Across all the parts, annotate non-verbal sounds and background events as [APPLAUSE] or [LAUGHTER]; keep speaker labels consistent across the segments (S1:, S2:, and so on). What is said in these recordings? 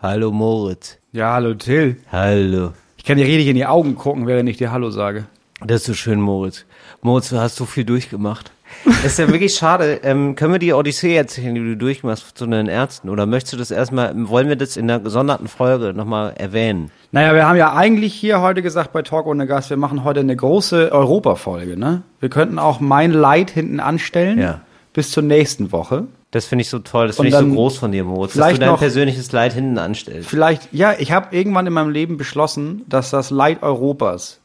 S1: Hallo Moritz.
S2: Ja, hallo Till.
S1: Hallo.
S2: Ich kann dir richtig in die Augen gucken, während ich dir Hallo sage.
S1: Das ist so schön, Moritz. Moritz, du hast so viel durchgemacht. [LAUGHS] ist ja wirklich schade. Ähm, können wir die Odyssee erzählen, die du durchmachst zu den Ärzten? Oder möchtest du das erstmal, wollen wir das in einer gesonderten Folge nochmal erwähnen?
S2: Naja, wir haben ja eigentlich hier heute gesagt bei Talk ohne Gast, wir machen heute eine große Europa-Folge, ne? Wir könnten auch mein Leid hinten anstellen.
S1: Ja.
S2: Bis zur nächsten Woche.
S1: Das finde ich so toll, das
S2: Und
S1: finde ich so
S2: dann
S1: groß von dir, Moritz, dass du
S2: vielleicht
S1: dein
S2: noch-
S1: persönliches Leid hinten anstellst.
S2: Vielleicht, ja, ich habe irgendwann in meinem Leben beschlossen, dass das Leid Europas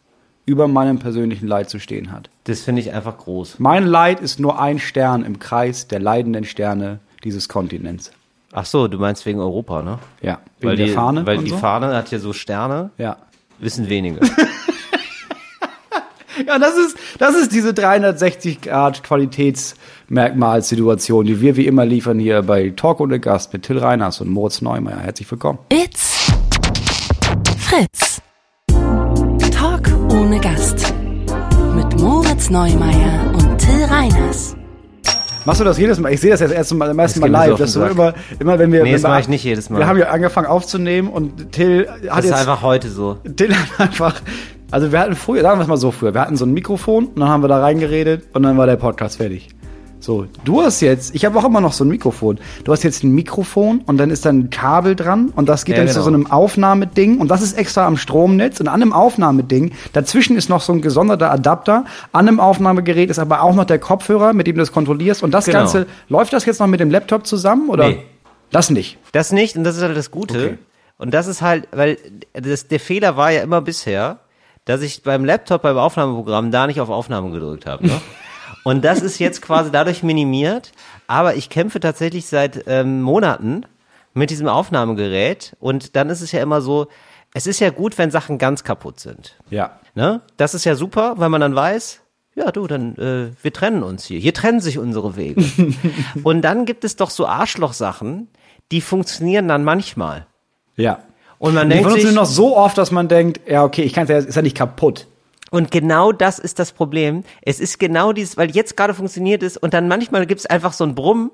S2: über meinem persönlichen Leid zu stehen hat.
S1: Das finde ich einfach groß.
S2: Mein Leid ist nur ein Stern im Kreis der leidenden Sterne dieses Kontinents.
S1: Ach so, du meinst wegen Europa, ne?
S2: Ja,
S1: weil
S2: der
S1: die,
S2: Fahne
S1: Weil
S2: und
S1: die
S2: so.
S1: Fahne hat ja so Sterne,
S2: Ja.
S1: wissen [LAUGHS] wenige.
S2: Ja, das ist, das ist diese 360-Grad-Qualitätsmerkmalsituation, die wir wie immer liefern hier bei Talk ohne Gast mit Till Reiners und Moritz Neumeier. Herzlich willkommen.
S3: It's Fritz. Talk ohne Gast. Mit Moritz Neumeier und Till Reiners.
S2: Machst du das jedes Mal? Ich sehe das jetzt erst mal, am ersten Mal
S1: geht mir so
S2: live,
S1: auf
S2: dass
S1: den
S2: du
S1: Sack.
S2: immer, immer wenn wir...
S1: Nee,
S2: wenn
S1: das
S2: wir-
S1: mach ich nicht jedes Mal.
S2: Wir haben ja angefangen aufzunehmen und Till hat
S1: Das ist
S2: jetzt...
S1: einfach heute so.
S2: Till hat einfach... Also wir hatten früher, sagen wir es mal so früher, wir hatten so ein Mikrofon und dann haben wir da reingeredet und dann war der Podcast fertig. So, du hast jetzt, ich habe auch immer noch so ein Mikrofon. Du hast jetzt ein Mikrofon und dann ist da ein Kabel dran und das geht
S1: Ja,
S2: dann zu
S1: genau.
S2: so einem Aufnahmeding und das ist extra am Stromnetz und an einem Aufnahmeding. Dazwischen ist noch so ein gesonderter Adapter. An einem Aufnahmegerät ist aber auch noch der Kopfhörer, mit dem du das kontrollierst und das
S1: Genau.
S2: Ganze, läuft das jetzt noch mit dem Laptop zusammen oder?
S1: Nee.
S2: Das nicht.
S1: Das nicht, und das ist halt das Gute.
S2: Okay.
S1: Und das ist halt, weil das, der Fehler war ja immer bisher, dass ich beim Laptop, beim Aufnahmeprogramm da nicht auf Aufnahme gedrückt habe. Ne? und das ist jetzt quasi dadurch minimiert. Aber ich kämpfe tatsächlich seit ähm, Monaten mit diesem Aufnahmegerät. Und dann ist es ja immer so, es ist ja gut, wenn Sachen ganz kaputt sind.
S2: Ja.
S1: Ne? Das ist ja super, weil man dann weiß, ja du, dann äh, wir trennen uns hier. Hier trennen sich unsere
S2: [LAUGHS]
S1: Wege. Und dann gibt es doch so Arschlochsachen, die funktionieren dann manchmal.
S2: Ja.
S1: Und man
S2: Die
S1: denkt
S2: benutzen
S1: sich,
S2: wir noch so oft, dass man denkt, ja, okay, ich kann ja, ist ja nicht kaputt.
S1: und genau das ist das Problem. Es ist genau dieses, weil jetzt gerade funktioniert es und dann manchmal gibt es einfach so ein Brummen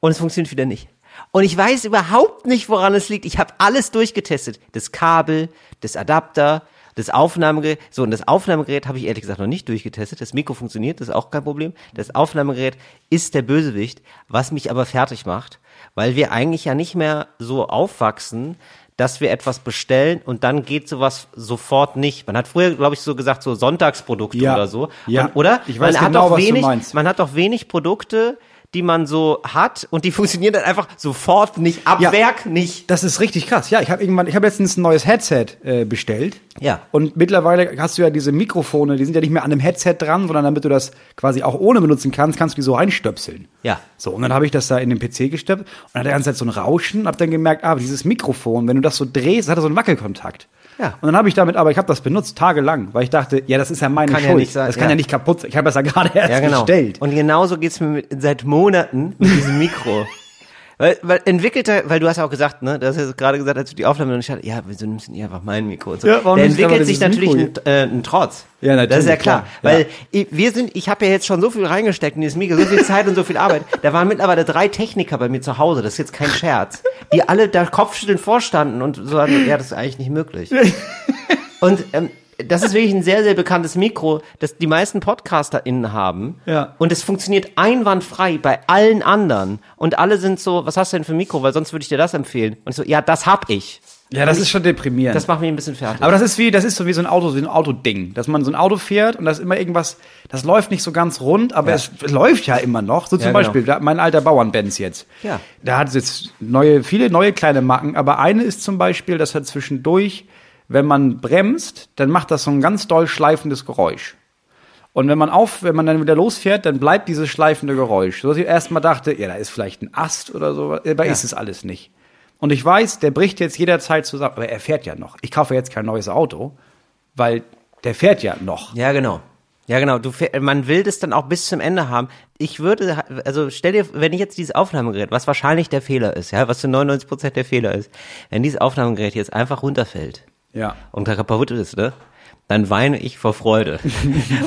S1: und es funktioniert wieder nicht. Und ich weiß überhaupt nicht, woran es liegt. Ich habe alles durchgetestet. Das Kabel, das Adapter, das Aufnahmegerät. So, und das Aufnahmegerät habe ich ehrlich gesagt noch nicht durchgetestet. Das Mikro funktioniert, das ist auch kein Problem. Das Aufnahmegerät ist der Bösewicht, was mich aber fertig macht, weil wir eigentlich ja nicht mehr so aufwachsen, dass wir etwas bestellen und dann geht sowas sofort nicht. Man hat früher, glaube ich, so gesagt, so Sonntagsprodukte
S2: Ja.
S1: oder so.
S2: Ja.
S1: Und, oder?
S2: Ich weiß
S1: man
S2: genau,
S1: hat auch
S2: was du
S1: wenig,
S2: meinst.
S1: Man hat auch wenig Produkte, die man so hat und die [LAUGHS] funktionieren dann einfach sofort nicht. Ab
S2: Ja.
S1: Werk nicht.
S2: Das ist richtig krass. Ja, ich habe irgendwann, ich habe letztens ein neues Headset äh, bestellt.
S1: Ja.
S2: Und mittlerweile hast du ja diese Mikrofone, die sind ja nicht mehr an einem Headset dran, sondern damit du das quasi auch ohne benutzen kannst, kannst du die so reinstöpseln.
S1: Ja.
S2: So, und dann habe ich das da in den PC gestöpselt und hatte die ganze Zeit so ein Rauschen und habe dann gemerkt, ah, dieses Mikrofon, wenn du das so drehst, das hat so einen Wackelkontakt.
S1: Ja.
S2: Und dann habe ich damit, aber ich habe das benutzt tagelang, weil ich dachte, ja, das ist ja meine
S1: Kann ja
S2: Schuld.
S1: nicht sein,
S2: das kann
S1: ja.
S2: ja. nicht kaputt sein. Ich habe das ja gerade erst
S1: Ja, genau.
S2: bestellt.
S1: Und genauso geht's mir mit, seit Monaten mit diesem
S2: [LAUGHS]
S1: Mikro. weil, weil entwickelter, weil du hast ja auch gesagt, ne, du hast ja gerade gesagt, als du die Aufnahme noch nicht hattest, ja, wieso nimmst du nicht einfach mein Mikro? Und so.
S2: Ja, warum
S1: Der
S2: nimmst du
S1: entwickelt
S2: aber
S1: sich
S2: dieses
S1: natürlich ein,
S2: Mikro
S1: äh, ein Trotz.
S2: Ja,
S1: Das ist ja
S2: natürlich,
S1: klar.
S2: klar.
S1: Weil
S2: Ja.
S1: ich, wir sind, ich habe ja jetzt schon so viel reingesteckt in dieses Mikro, so viel Zeit und so viel Arbeit. Da waren mittlerweile drei Techniker bei mir zu Hause, das ist jetzt kein Scherz, die alle da kopfschütteln vorstanden und so, haben, ja, das ist eigentlich nicht möglich. Und ähm, das ist wirklich ein sehr, sehr bekanntes Mikro, das die meisten PodcasterInnen haben.
S2: Ja.
S1: Und es funktioniert einwandfrei bei allen anderen. Und alle sind so, was hast du denn für ein Mikro? Weil sonst würde ich dir das empfehlen. Und ich so, ja, das hab ich.
S2: Ja, das ist schon deprimierend.
S1: Das macht mich ein bisschen fertig.
S2: Aber das ist wie, das ist so wie so ein Auto, so ein Autoding, dass man so ein Auto fährt und das immer irgendwas, das läuft nicht so ganz rund, aber
S1: Ja.
S2: es, es läuft ja immer noch. So zum
S1: Ja, genau.
S2: Beispiel da, mein alter Bauernbenz jetzt.
S1: Ja.
S2: Da hat es jetzt neue, viele neue kleine Macken, aber eine ist zum Beispiel, dass er zwischendurch, wenn man bremst, dann macht das so ein ganz doll schleifendes Geräusch. Und wenn man auf, wenn man dann wieder losfährt, dann bleibt dieses schleifende Geräusch. So dass ich erstmal dachte, ja, da ist vielleicht ein Ast oder so, aber ist es alles nicht. Und ich weiß, der bricht jetzt jederzeit zusammen, aber er fährt ja noch. Ich kaufe jetzt kein neues Auto, weil der fährt ja noch.
S1: ja, genau. Ja, genau. Du, fäh- man will das dann auch bis zum Ende haben. Ich würde, ha- also stell dir, wenn ich jetzt dieses Aufnahmegerät, was wahrscheinlich der Fehler ist, ja, was zu 99 Prozent der Fehler ist, wenn dieses Aufnahmegerät jetzt einfach runterfällt
S2: Ja.
S1: und kaputt ist, ne? dann weine ich vor
S2: [LAUGHS]
S1: Freude.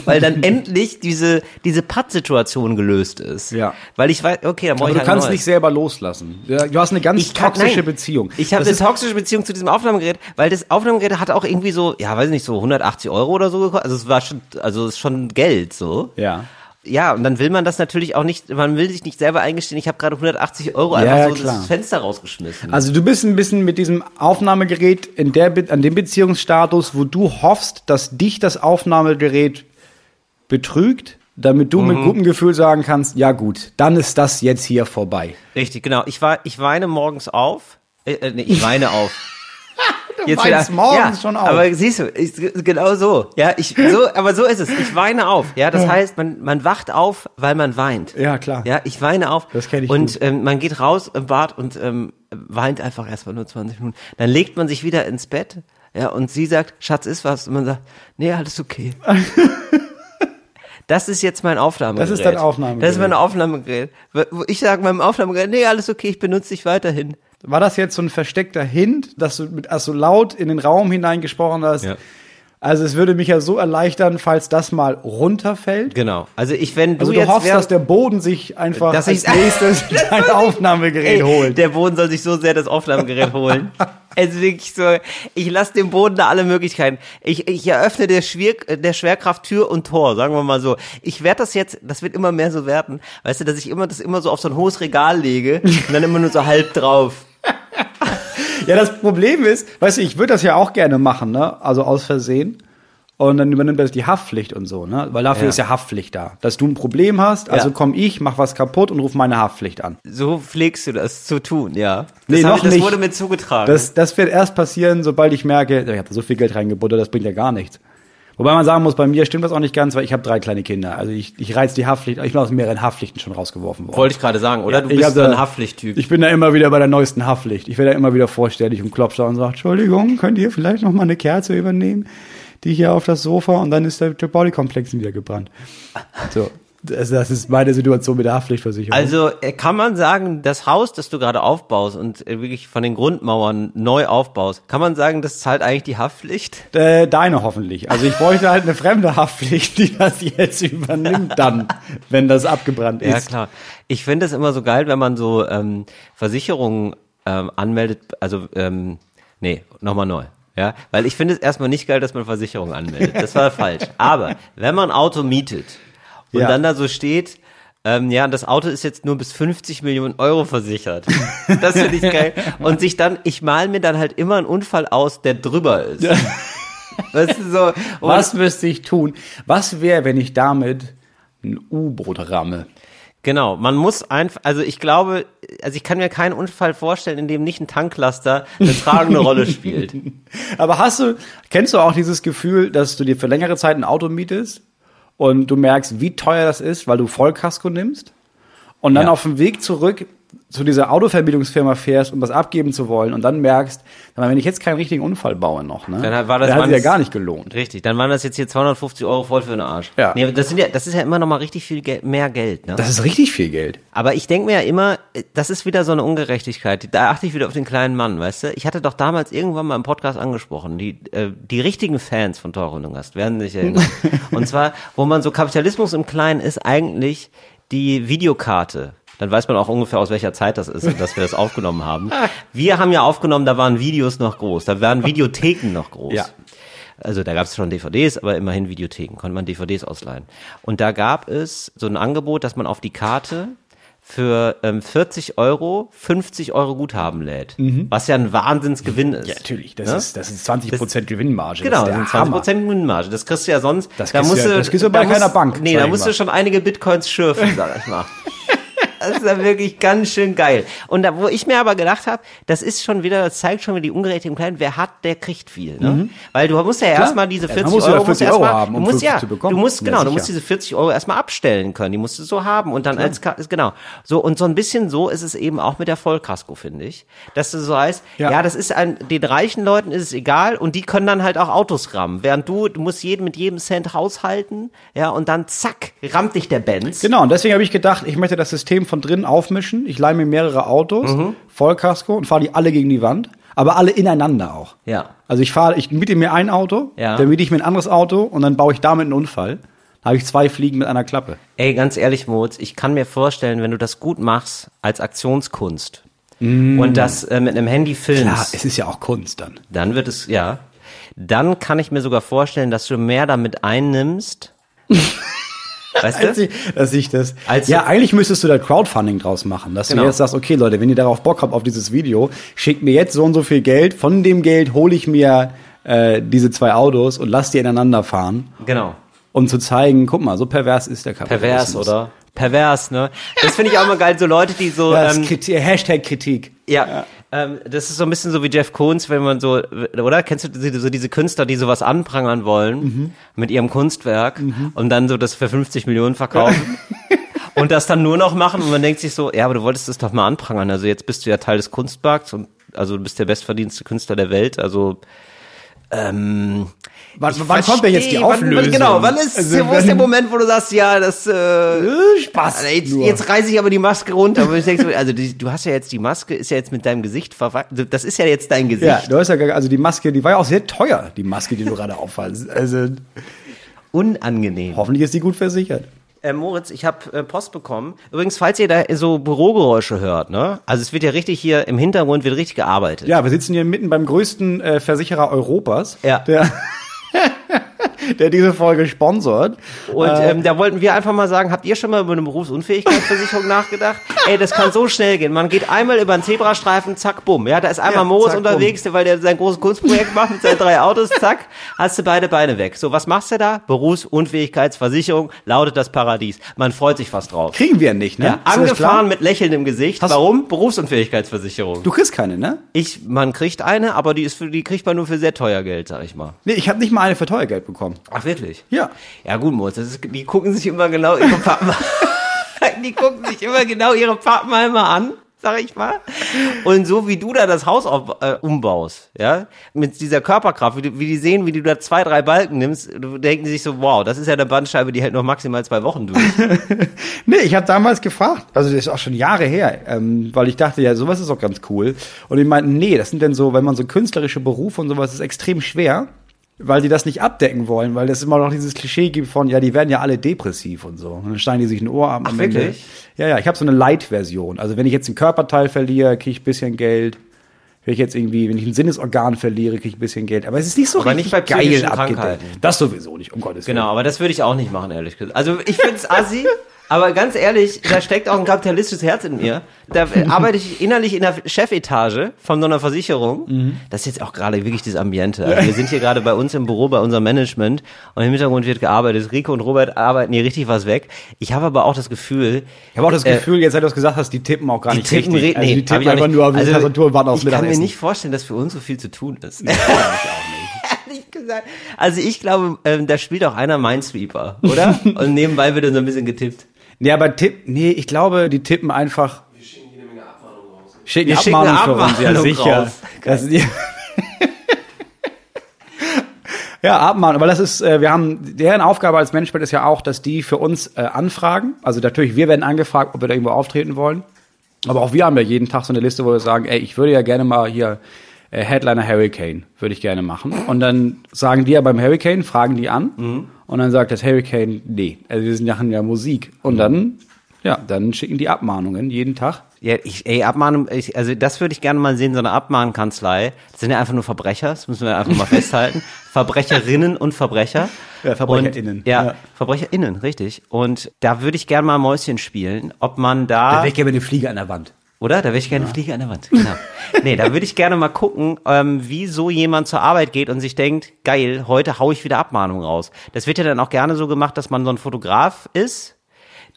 S1: Weil dann endlich diese, diese Pattsituation gelöst ist.
S2: Ja.
S1: Weil ich weiß, okay, dann brauche
S2: Aber
S1: ich
S2: du
S1: halt
S2: kannst
S1: neues.
S2: nicht selber loslassen. Ja, Du hast eine ganz
S1: Ich kann-
S2: toxische
S1: nein.
S2: Beziehung.
S1: Ich habe
S2: Das
S1: eine
S2: ist-
S1: toxische Beziehung zu diesem Aufnahmegerät, weil das Aufnahmegerät hat auch irgendwie so, ja, weiß nicht, so 180 Euro oder so gekostet. Also es war schon, also es ist schon Geld so.
S2: Ja.
S1: Ja, und dann will man das natürlich auch nicht, man will sich nicht selber eingestehen, ich habe gerade 180 Euro
S2: Ja,
S1: einfach
S2: ja,
S1: so
S2: klar.
S1: das Fenster rausgeschmissen.
S2: Also du bist ein bisschen mit diesem Aufnahmegerät in der, Be- an dem Beziehungsstatus, wo du hoffst, dass dich das Aufnahmegerät betrügt, damit du mit gutem Gefühl sagen kannst, ja gut, dann ist das jetzt hier vorbei.
S1: Richtig, genau. Ich, war, ich weine morgens auf. Äh, äh, nee, ich weine auf.
S2: [LAUGHS] Du weinst morgens schon auf.
S1: Aber siehst du, ich, genau so. Ja, ich, so, aber so ist es. Ich weine auf. Ja, das heißt, man, man wacht auf, weil man weint.
S2: Ja, klar.
S1: Ja, ich weine auf.
S2: Das kenn ich
S1: Und
S2: gut.
S1: ähm, man geht raus im Bad und ähm, weint einfach erstmal nur 20 Minuten. Dann legt man sich wieder ins Bett. Ja, und sie sagt, Schatz, ist was? Und man sagt, nee, alles okay. Das ist jetzt mein Aufnahmegerät.
S2: Das ist dein Aufnahmegerät.
S1: Das ist mein Aufnahmegerät. Wo Ich sage meinem Aufnahmegerät, nee, alles okay, ich benutze dich weiterhin.
S2: War das jetzt so ein versteckter Hint, dass du mit also laut in den Raum hineingesprochen hast?
S1: Ja.
S2: Also es würde mich ja so erleichtern, falls das mal runterfällt.
S1: Genau. Also ich, wenn du,
S2: Also du,
S1: jetzt
S2: hoffst,
S1: wär-
S2: dass der Boden sich einfach
S1: Dass
S2: als
S1: ich- [LAUGHS]
S2: nächstes dein
S1: Ey,
S2: Aufnahmegerät holt.
S1: Der Boden soll sich so sehr das Aufnahmegerät
S2: [LAUGHS]
S1: holen. Es ist wirklich so, ich lasse dem Boden da alle Möglichkeiten. Ich, ich eröffne der, Schwier der Schwerkraft Tür und Tor, sagen wir mal so. Ich werde das jetzt, das wird immer mehr so werden, weißt du, dass ich immer das immer so auf so ein hohes Regal lege und dann immer nur so halb drauf.
S2: Ja, das Problem ist, weißt du, ich würde das ja auch gerne machen, ne? Also aus Versehen. Und dann übernimmt das die Haftpflicht und so, ne? Weil dafür
S1: Ja.
S2: ist ja Haftpflicht da. Dass du ein Problem hast, also
S1: Ja.
S2: komm ich, mach was kaputt und ruf meine Haftpflicht an.
S1: So pflegst du das zu tun, ja. Das,
S2: Nee,
S1: hab
S2: noch
S1: ich, das
S2: nicht.
S1: wurde mir zugetragen.
S2: Das, das wird erst passieren, sobald ich merke, ich habe da so viel Geld reingebuttert, das bringt ja gar nichts. Wobei man sagen muss, bei mir stimmt das auch nicht ganz, weil ich habe drei kleine Kinder. Also ich, ich reiz die Haftpflicht, ich bin aus mehreren Haftpflichten schon rausgeworfen worden.
S1: wollte ich gerade sagen, oder? Du
S2: Ich hab
S1: bist so
S2: da-
S1: ein Haftpflichttyp.
S2: Ich bin da immer wieder bei der neuesten Haftpflicht. Ich werde da immer wieder vorstellig und klopft da und sagt, Entschuldigung, könnt ihr vielleicht noch mal eine Kerze übernehmen, die hier auf das Sofa und dann ist der Gebäudekomplex wieder gebrannt. So. Das, das ist meine Situation mit der Haftpflichtversicherung.
S1: Also äh, kann man sagen, das Haus, das du gerade aufbaust und äh, wirklich von den Grundmauern neu aufbaust, kann man sagen, das zahlt eigentlich die Haftpflicht?
S2: äh, deine hoffentlich. Also ich bräuchte halt eine fremde Haftpflicht, die das jetzt übernimmt dann, wenn das abgebrannt
S1: Ja
S2: ist.
S1: klar. Ich finde es immer so geil, wenn man so ähm, Versicherungen ähm, anmeldet. Also ähm, nee, nochmal neu. Ja, weil ich finde es erstmal nicht geil, dass man Versicherungen anmeldet. Das
S2: [LAUGHS]
S1: war falsch. Aber wenn man ein Auto mietet und
S2: Ja.
S1: dann da so steht, ähm, ja, das Auto ist jetzt nur bis 50 Millionen Euro versichert. Das finde ich
S2: [LAUGHS]
S1: geil. Und sich dann, ich mal mir dann halt immer einen Unfall aus, der drüber ist. Weißt du, so. Und
S2: Was müsste ich tun? Was wäre, wenn ich damit ein U-Boot ramme?
S1: Genau, man muss einfach, also ich glaube, also ich kann mir keinen Unfall vorstellen, in dem nicht ein Tanklaster eine tragende
S2: [LAUGHS]
S1: Rolle spielt.
S2: Aber hast du, kennst du auch dieses Gefühl, dass du dir für längere Zeit ein Auto mietest und du merkst, wie teuer das ist, weil du Vollkasko nimmst und dann
S1: Ja.
S2: auf dem Weg zurück zu dieser Autovermietungsfirma fährst, um was abgeben zu wollen und dann merkst, sag mal, wenn ich jetzt keinen richtigen Unfall baue noch, ne,
S1: Dann war das
S2: dann hat es
S1: meines-
S2: ja gar nicht gelohnt.
S1: Richtig, dann waren das jetzt hier 250 Euro voll für den Arsch.
S2: Ja.
S1: Nee, das, sind ja das ist ja immer noch mal richtig viel Gel mehr Geld. Ne?
S2: Das ist richtig viel Geld.
S1: Aber ich denke mir ja immer, äh, das ist wieder so eine Ungerechtigkeit. Da achte ich wieder auf den kleinen Mann, weißt du? Ich hatte doch damals irgendwann mal im Podcast angesprochen, die, äh, die richtigen Fans von Tore und Gast werden sich erinnern. und zwar, wo man so Kapitalismus im Kleinen ist, eigentlich die Videokarte. Dann weiß man auch ungefähr, aus welcher Zeit das ist, und dass wir das aufgenommen haben. Wir haben ja aufgenommen, da waren Videos noch groß, da waren Videotheken noch groß.
S2: Ja.
S1: Also da gab es schon DVDs, aber immerhin Videotheken, konnte man DVDs ausleihen. Und da gab es so ein Angebot, dass man auf die Karte für ähm, 40 Euro 50 Euro Guthaben lädt, was ja ein Wahnsinnsgewinn ist. Ne?
S2: Mhm. das ist 20 Gewinnmarge.
S1: Genau,
S2: das
S1: das sind
S2: ist der
S1: 20
S2: Hammer.
S1: Prozent Gewinnmarge. Das kriegst du ja sonst.
S2: Das
S1: da
S2: kriegst du
S1: musst
S2: ja-
S1: du,
S2: das kriegst du bei
S1: da musst-
S2: keiner Bank,
S1: Nee,
S2: sag
S1: da
S2: ich
S1: musst
S2: mal.
S1: du schon einige Bitcoins schürfen, sag ich
S2: [LAUGHS]
S1: mal. Das ist ja wirklich ganz schön geil. Und da, wo ich mir aber gedacht habe, das ist schon wieder, das zeigt schon wieder die Ungerechtigkeit im Kleinen. Wer hat, der kriegt viel. Ne? Weil du musst ja erstmal diese
S2: Mhm. Ja, man
S1: 40
S2: muss ja
S1: Euro, musst
S2: 40
S1: erst
S2: Euro
S1: mal-
S2: haben, um
S1: du musst,
S2: 50
S1: ja,
S2: zu bekommen.
S1: Du musst,
S2: Ja,
S1: genau, du
S2: sicher.
S1: musst diese 40 Euro erstmal abstellen können. Die musst du so haben und dann als, Ka- genau. So, und so ein bisschen so ist es eben auch mit der Vollkasko, finde ich. Dass du so heißt, ja,
S2: Ja.
S1: das ist an, den reichen Leuten ist es egal und die können dann halt auch Autos rammen. Während du, du musst jeden mit jedem Cent haushalten, ja, und dann zack, rammt dich der Benz.
S2: Genau, und deswegen habe ich gedacht, ich
S1: Mhm.
S2: möchte das System von drinnen aufmischen. Ich leihe mir mehrere Autos, Vollkasko und fahre die alle gegen die Wand. Aber alle ineinander auch.
S1: Ja.
S2: Also ich fahre, ich miete mir ein Auto,
S1: Ja.
S2: dann miete ich mir ein anderes Auto und dann baue ich damit einen Unfall. Da habe ich zwei Fliegen mit einer Klappe.
S1: Ey, ganz ehrlich, Moritz, ich kann mir vorstellen, wenn du das gut machst als Aktionskunst und das äh, mit einem Handy filmst,
S2: Mm. Klar, es ist ja auch Kunst dann.
S1: dann wird es, ja, dann kann ich mir sogar vorstellen, dass du mehr damit
S2: [LAUGHS]
S1: einnimmst. weißt
S2: Dass
S1: du?
S2: ich, dass ich das.
S1: Als-
S2: ja, eigentlich müsstest du da Crowdfunding draus machen, dass
S1: Genau.
S2: du jetzt sagst, okay, Leute, wenn ihr darauf Bock habt auf dieses Video, schickt mir jetzt so und so viel Geld. Von dem Geld hole ich mir äh, diese zwei Autos und lass die ineinander fahren,
S1: Genau.
S2: um zu zeigen, guck mal, so pervers ist der Kapitalismus.
S1: Pervers, oder? Pervers, ne? Das finde ich auch immer geil, so Leute, die so,
S2: Ja, das
S1: ähm,
S2: ist Kritik, äh, Hashtag Kritik.
S1: Ja. Ähm, das ist so ein bisschen so wie Jeff Koons, wenn man so, oder? Kennst du diese- so diese Künstler, die sowas anprangern wollen
S2: Mhm.
S1: mit ihrem Kunstwerk und dann so das für 50 Millionen verkaufen und das dann nur noch machen und man denkt sich so, ja, aber du wolltest das doch mal anprangern. Also jetzt bist du ja Teil des Kunstmarkts und also du bist der bestverdienste Künstler der Welt. Also ähm,
S2: Wann,
S1: ich
S2: Also wann kommt denn jetzt die
S1: verstehe, wann-
S2: Auflösung?
S1: Wann, genau, wann ist,
S2: Also,
S1: wo ist der
S2: wenn-
S1: Moment, wo du sagst, ja, das äh,
S2: Äh, Spaß.
S1: Jetzt,
S2: nur.
S1: jetzt reiße ich aber die Maske runter. Aber ich denke, so, also die, du hast ja jetzt die Maske, ist ja jetzt mit deinem Gesicht verwachsen. Das ist ja jetzt dein Gesicht.
S2: ja, du hast ja, gar- also die Maske, die war ja auch sehr teuer, die Maske, die du gerade auffallst. [LAUGHS] Also
S1: Unangenehm.
S2: hoffentlich ist die gut versichert.
S1: Äh, Moritz, ich habe äh, Post bekommen. Übrigens, falls ihr da so Bürogeräusche hört, ne? Also es wird ja richtig hier im Hintergrund wird richtig gearbeitet.
S2: Ja, wir sitzen hier mitten beim größten äh, Versicherer Europas,
S1: Ja.
S2: der, [LAUGHS] der diese Folge sponsort.
S1: Und
S2: Äh.
S1: ähm, da wollten wir einfach mal sagen, habt ihr schon mal über eine Berufsunfähigkeitsversicherung [LAUGHS] nachgedacht? Ey, das kann so schnell gehen. Man geht einmal über einen Zebrastreifen, zack, bumm. Ja, da ist einmal
S2: Ja,
S1: Moritz
S2: zack,
S1: unterwegs, weil der sein großes Kunstprojekt macht mit seinen drei Autos, zack, hast du beide Beine weg. So, was machst du da? Berufsunfähigkeitsversicherung lautet das Paradies. Man freut sich fast drauf.
S2: Kriegen wir nicht, ne?
S1: Ja,
S2: Ist das klar?
S1: angefahren mit lächelndem Gesicht.
S2: Hast-
S1: Warum? Berufsunfähigkeitsversicherung.
S2: Du kriegst keine, ne?
S1: Ich, man kriegt eine, aber die ist für, die kriegt man nur für sehr teuer Geld, sag ich mal.
S2: Nee, ich habe nicht mal eine für teuer Geld bekommen.
S1: Ach, wirklich?
S2: Ja.
S1: Ja, gut, Moritz, das ist, die gucken sich immer genau ihre Pappenheimer, [LAUGHS] die gucken sich immer genau ihre Pappenheimer an, sag ich mal. Und so wie du da das Haus auf, äh, umbaust, ja, mit dieser Körperkraft, wie, du, wie die sehen, wie du da zwei, drei Balken nimmst, du- denken die sich so, wow, das ist ja eine Bandscheibe, die hält noch maximal zwei Wochen durch.
S2: Nee, ich habe damals gefragt, also das ist auch schon Jahre her, ähm, weil ich dachte, ja, sowas ist auch ganz cool. Und die meinten, nee, das sind denn so, wenn man so künstlerische Berufe und sowas ist extrem schwer, weil die das nicht abdecken wollen, weil das immer noch dieses Klischee gibt von, ja, die werden ja alle depressiv und so. Und dann schneiden die sich ein Ohr ab.
S1: Ach,
S2: am Ende.
S1: wirklich?
S2: Ja, ja, ich habe so eine Light-Version. Also wenn ich jetzt einen Körperteil verliere, kriege ich ein bisschen Geld. Wenn ich jetzt irgendwie, wenn ich ein Sinnesorgan verliere, kriege ich ein bisschen Geld. Aber es ist nicht so
S1: Aber
S2: richtig
S1: nicht bei
S2: geil
S1: psychischen
S2: abgedeckt.
S1: Krankheiten.
S2: Das sowieso nicht, um Gottes Willen.
S1: Genau, aber das würde ich auch nicht machen, ehrlich gesagt. Also ich find's
S2: [LAUGHS]
S1: assi, aber ganz ehrlich, da steckt auch ein kapitalistisches Herz in mir. Da äh, arbeite ich innerlich in der Chefetage von so einer Versicherung.
S2: Mhm.
S1: Das ist jetzt auch gerade wirklich das
S2: [LAUGHS]
S1: Ambiente. Also wir sind hier gerade bei uns im Büro, bei unserem Management und im Hintergrund wird gearbeitet. Rico und Robert arbeiten hier richtig was weg. Ich habe aber auch das Gefühl,
S2: Ich habe auch das
S1: äh,
S2: Gefühl, jetzt seit du das gesagt hast, die tippen auch gar
S1: die
S2: nicht
S1: tippen,
S2: richtig.
S1: re- nee, hab
S2: also die
S1: ich
S2: tippen
S1: auch
S2: einfach
S1: nicht.
S2: nur auf die
S1: Also,
S2: Tastatur und warten aufs
S1: Ich kann mir
S2: Mittagessen.
S1: nicht vorstellen, dass für uns so viel zu tun ist. [LAUGHS] Ehrlich gesagt. Also ich glaube, ähm, da spielt auch einer Minesweeper,
S2: [LAUGHS]
S1: oder? Und nebenbei wird dann so ein bisschen getippt.
S2: Nee, aber tipp, nee, ich glaube, die tippen einfach. Wir
S1: Wir schicken
S2: schicken
S1: eine
S2: eine Abmahnung raus.
S1: Abmahnung
S2: Schicken Abmahnung für [LAUGHS]
S1: raus.
S2: uns, ja sicher. Das, ja, Abmahnung, aber das ist, äh, wir haben, deren Aufgabe als Management ist ja auch, dass die für uns äh, anfragen. Also natürlich, wir werden angefragt, ob wir da irgendwo auftreten wollen. Aber auch wir haben ja jeden Tag so eine Liste, wo wir sagen, ey, ich würde ja gerne mal hier äh, Headliner Hurricane, würde ich gerne machen. Und dann sagen die ja beim Hurricane, fragen die an.
S1: Mhm.
S2: Und dann sagt das Hurricane, nee, also wir sind machen ja Musik.
S1: Mhm.
S2: Und dann, ja, dann schicken die Abmahnungen jeden Tag.
S1: Ja, ich, ey, Abmahnung, ich, also das würde ich gerne mal sehen, so eine Abmahnkanzlei. Das sind ja einfach nur Verbrecher, das müssen wir
S2: [LAUGHS]
S1: einfach mal festhalten. Verbrecherinnen und Verbrecher.
S2: Ja, VerbrecherInnen.
S1: Und, ja,
S2: Ja.
S1: VerbrecherInnen, richtig. Und da würde ich gerne mal Mäuschen spielen, ob man da,
S2: ich gerne eine Fliege an der Wand.
S1: oder? Da würde ich gerne Fliege an der Wand, genau. nee, da würde ich gerne mal gucken, ähm, wie so jemand zur Arbeit geht und sich denkt, geil, heute hau ich wieder Abmahnung raus. Das wird ja dann auch gerne so gemacht, dass man so ein Fotograf ist,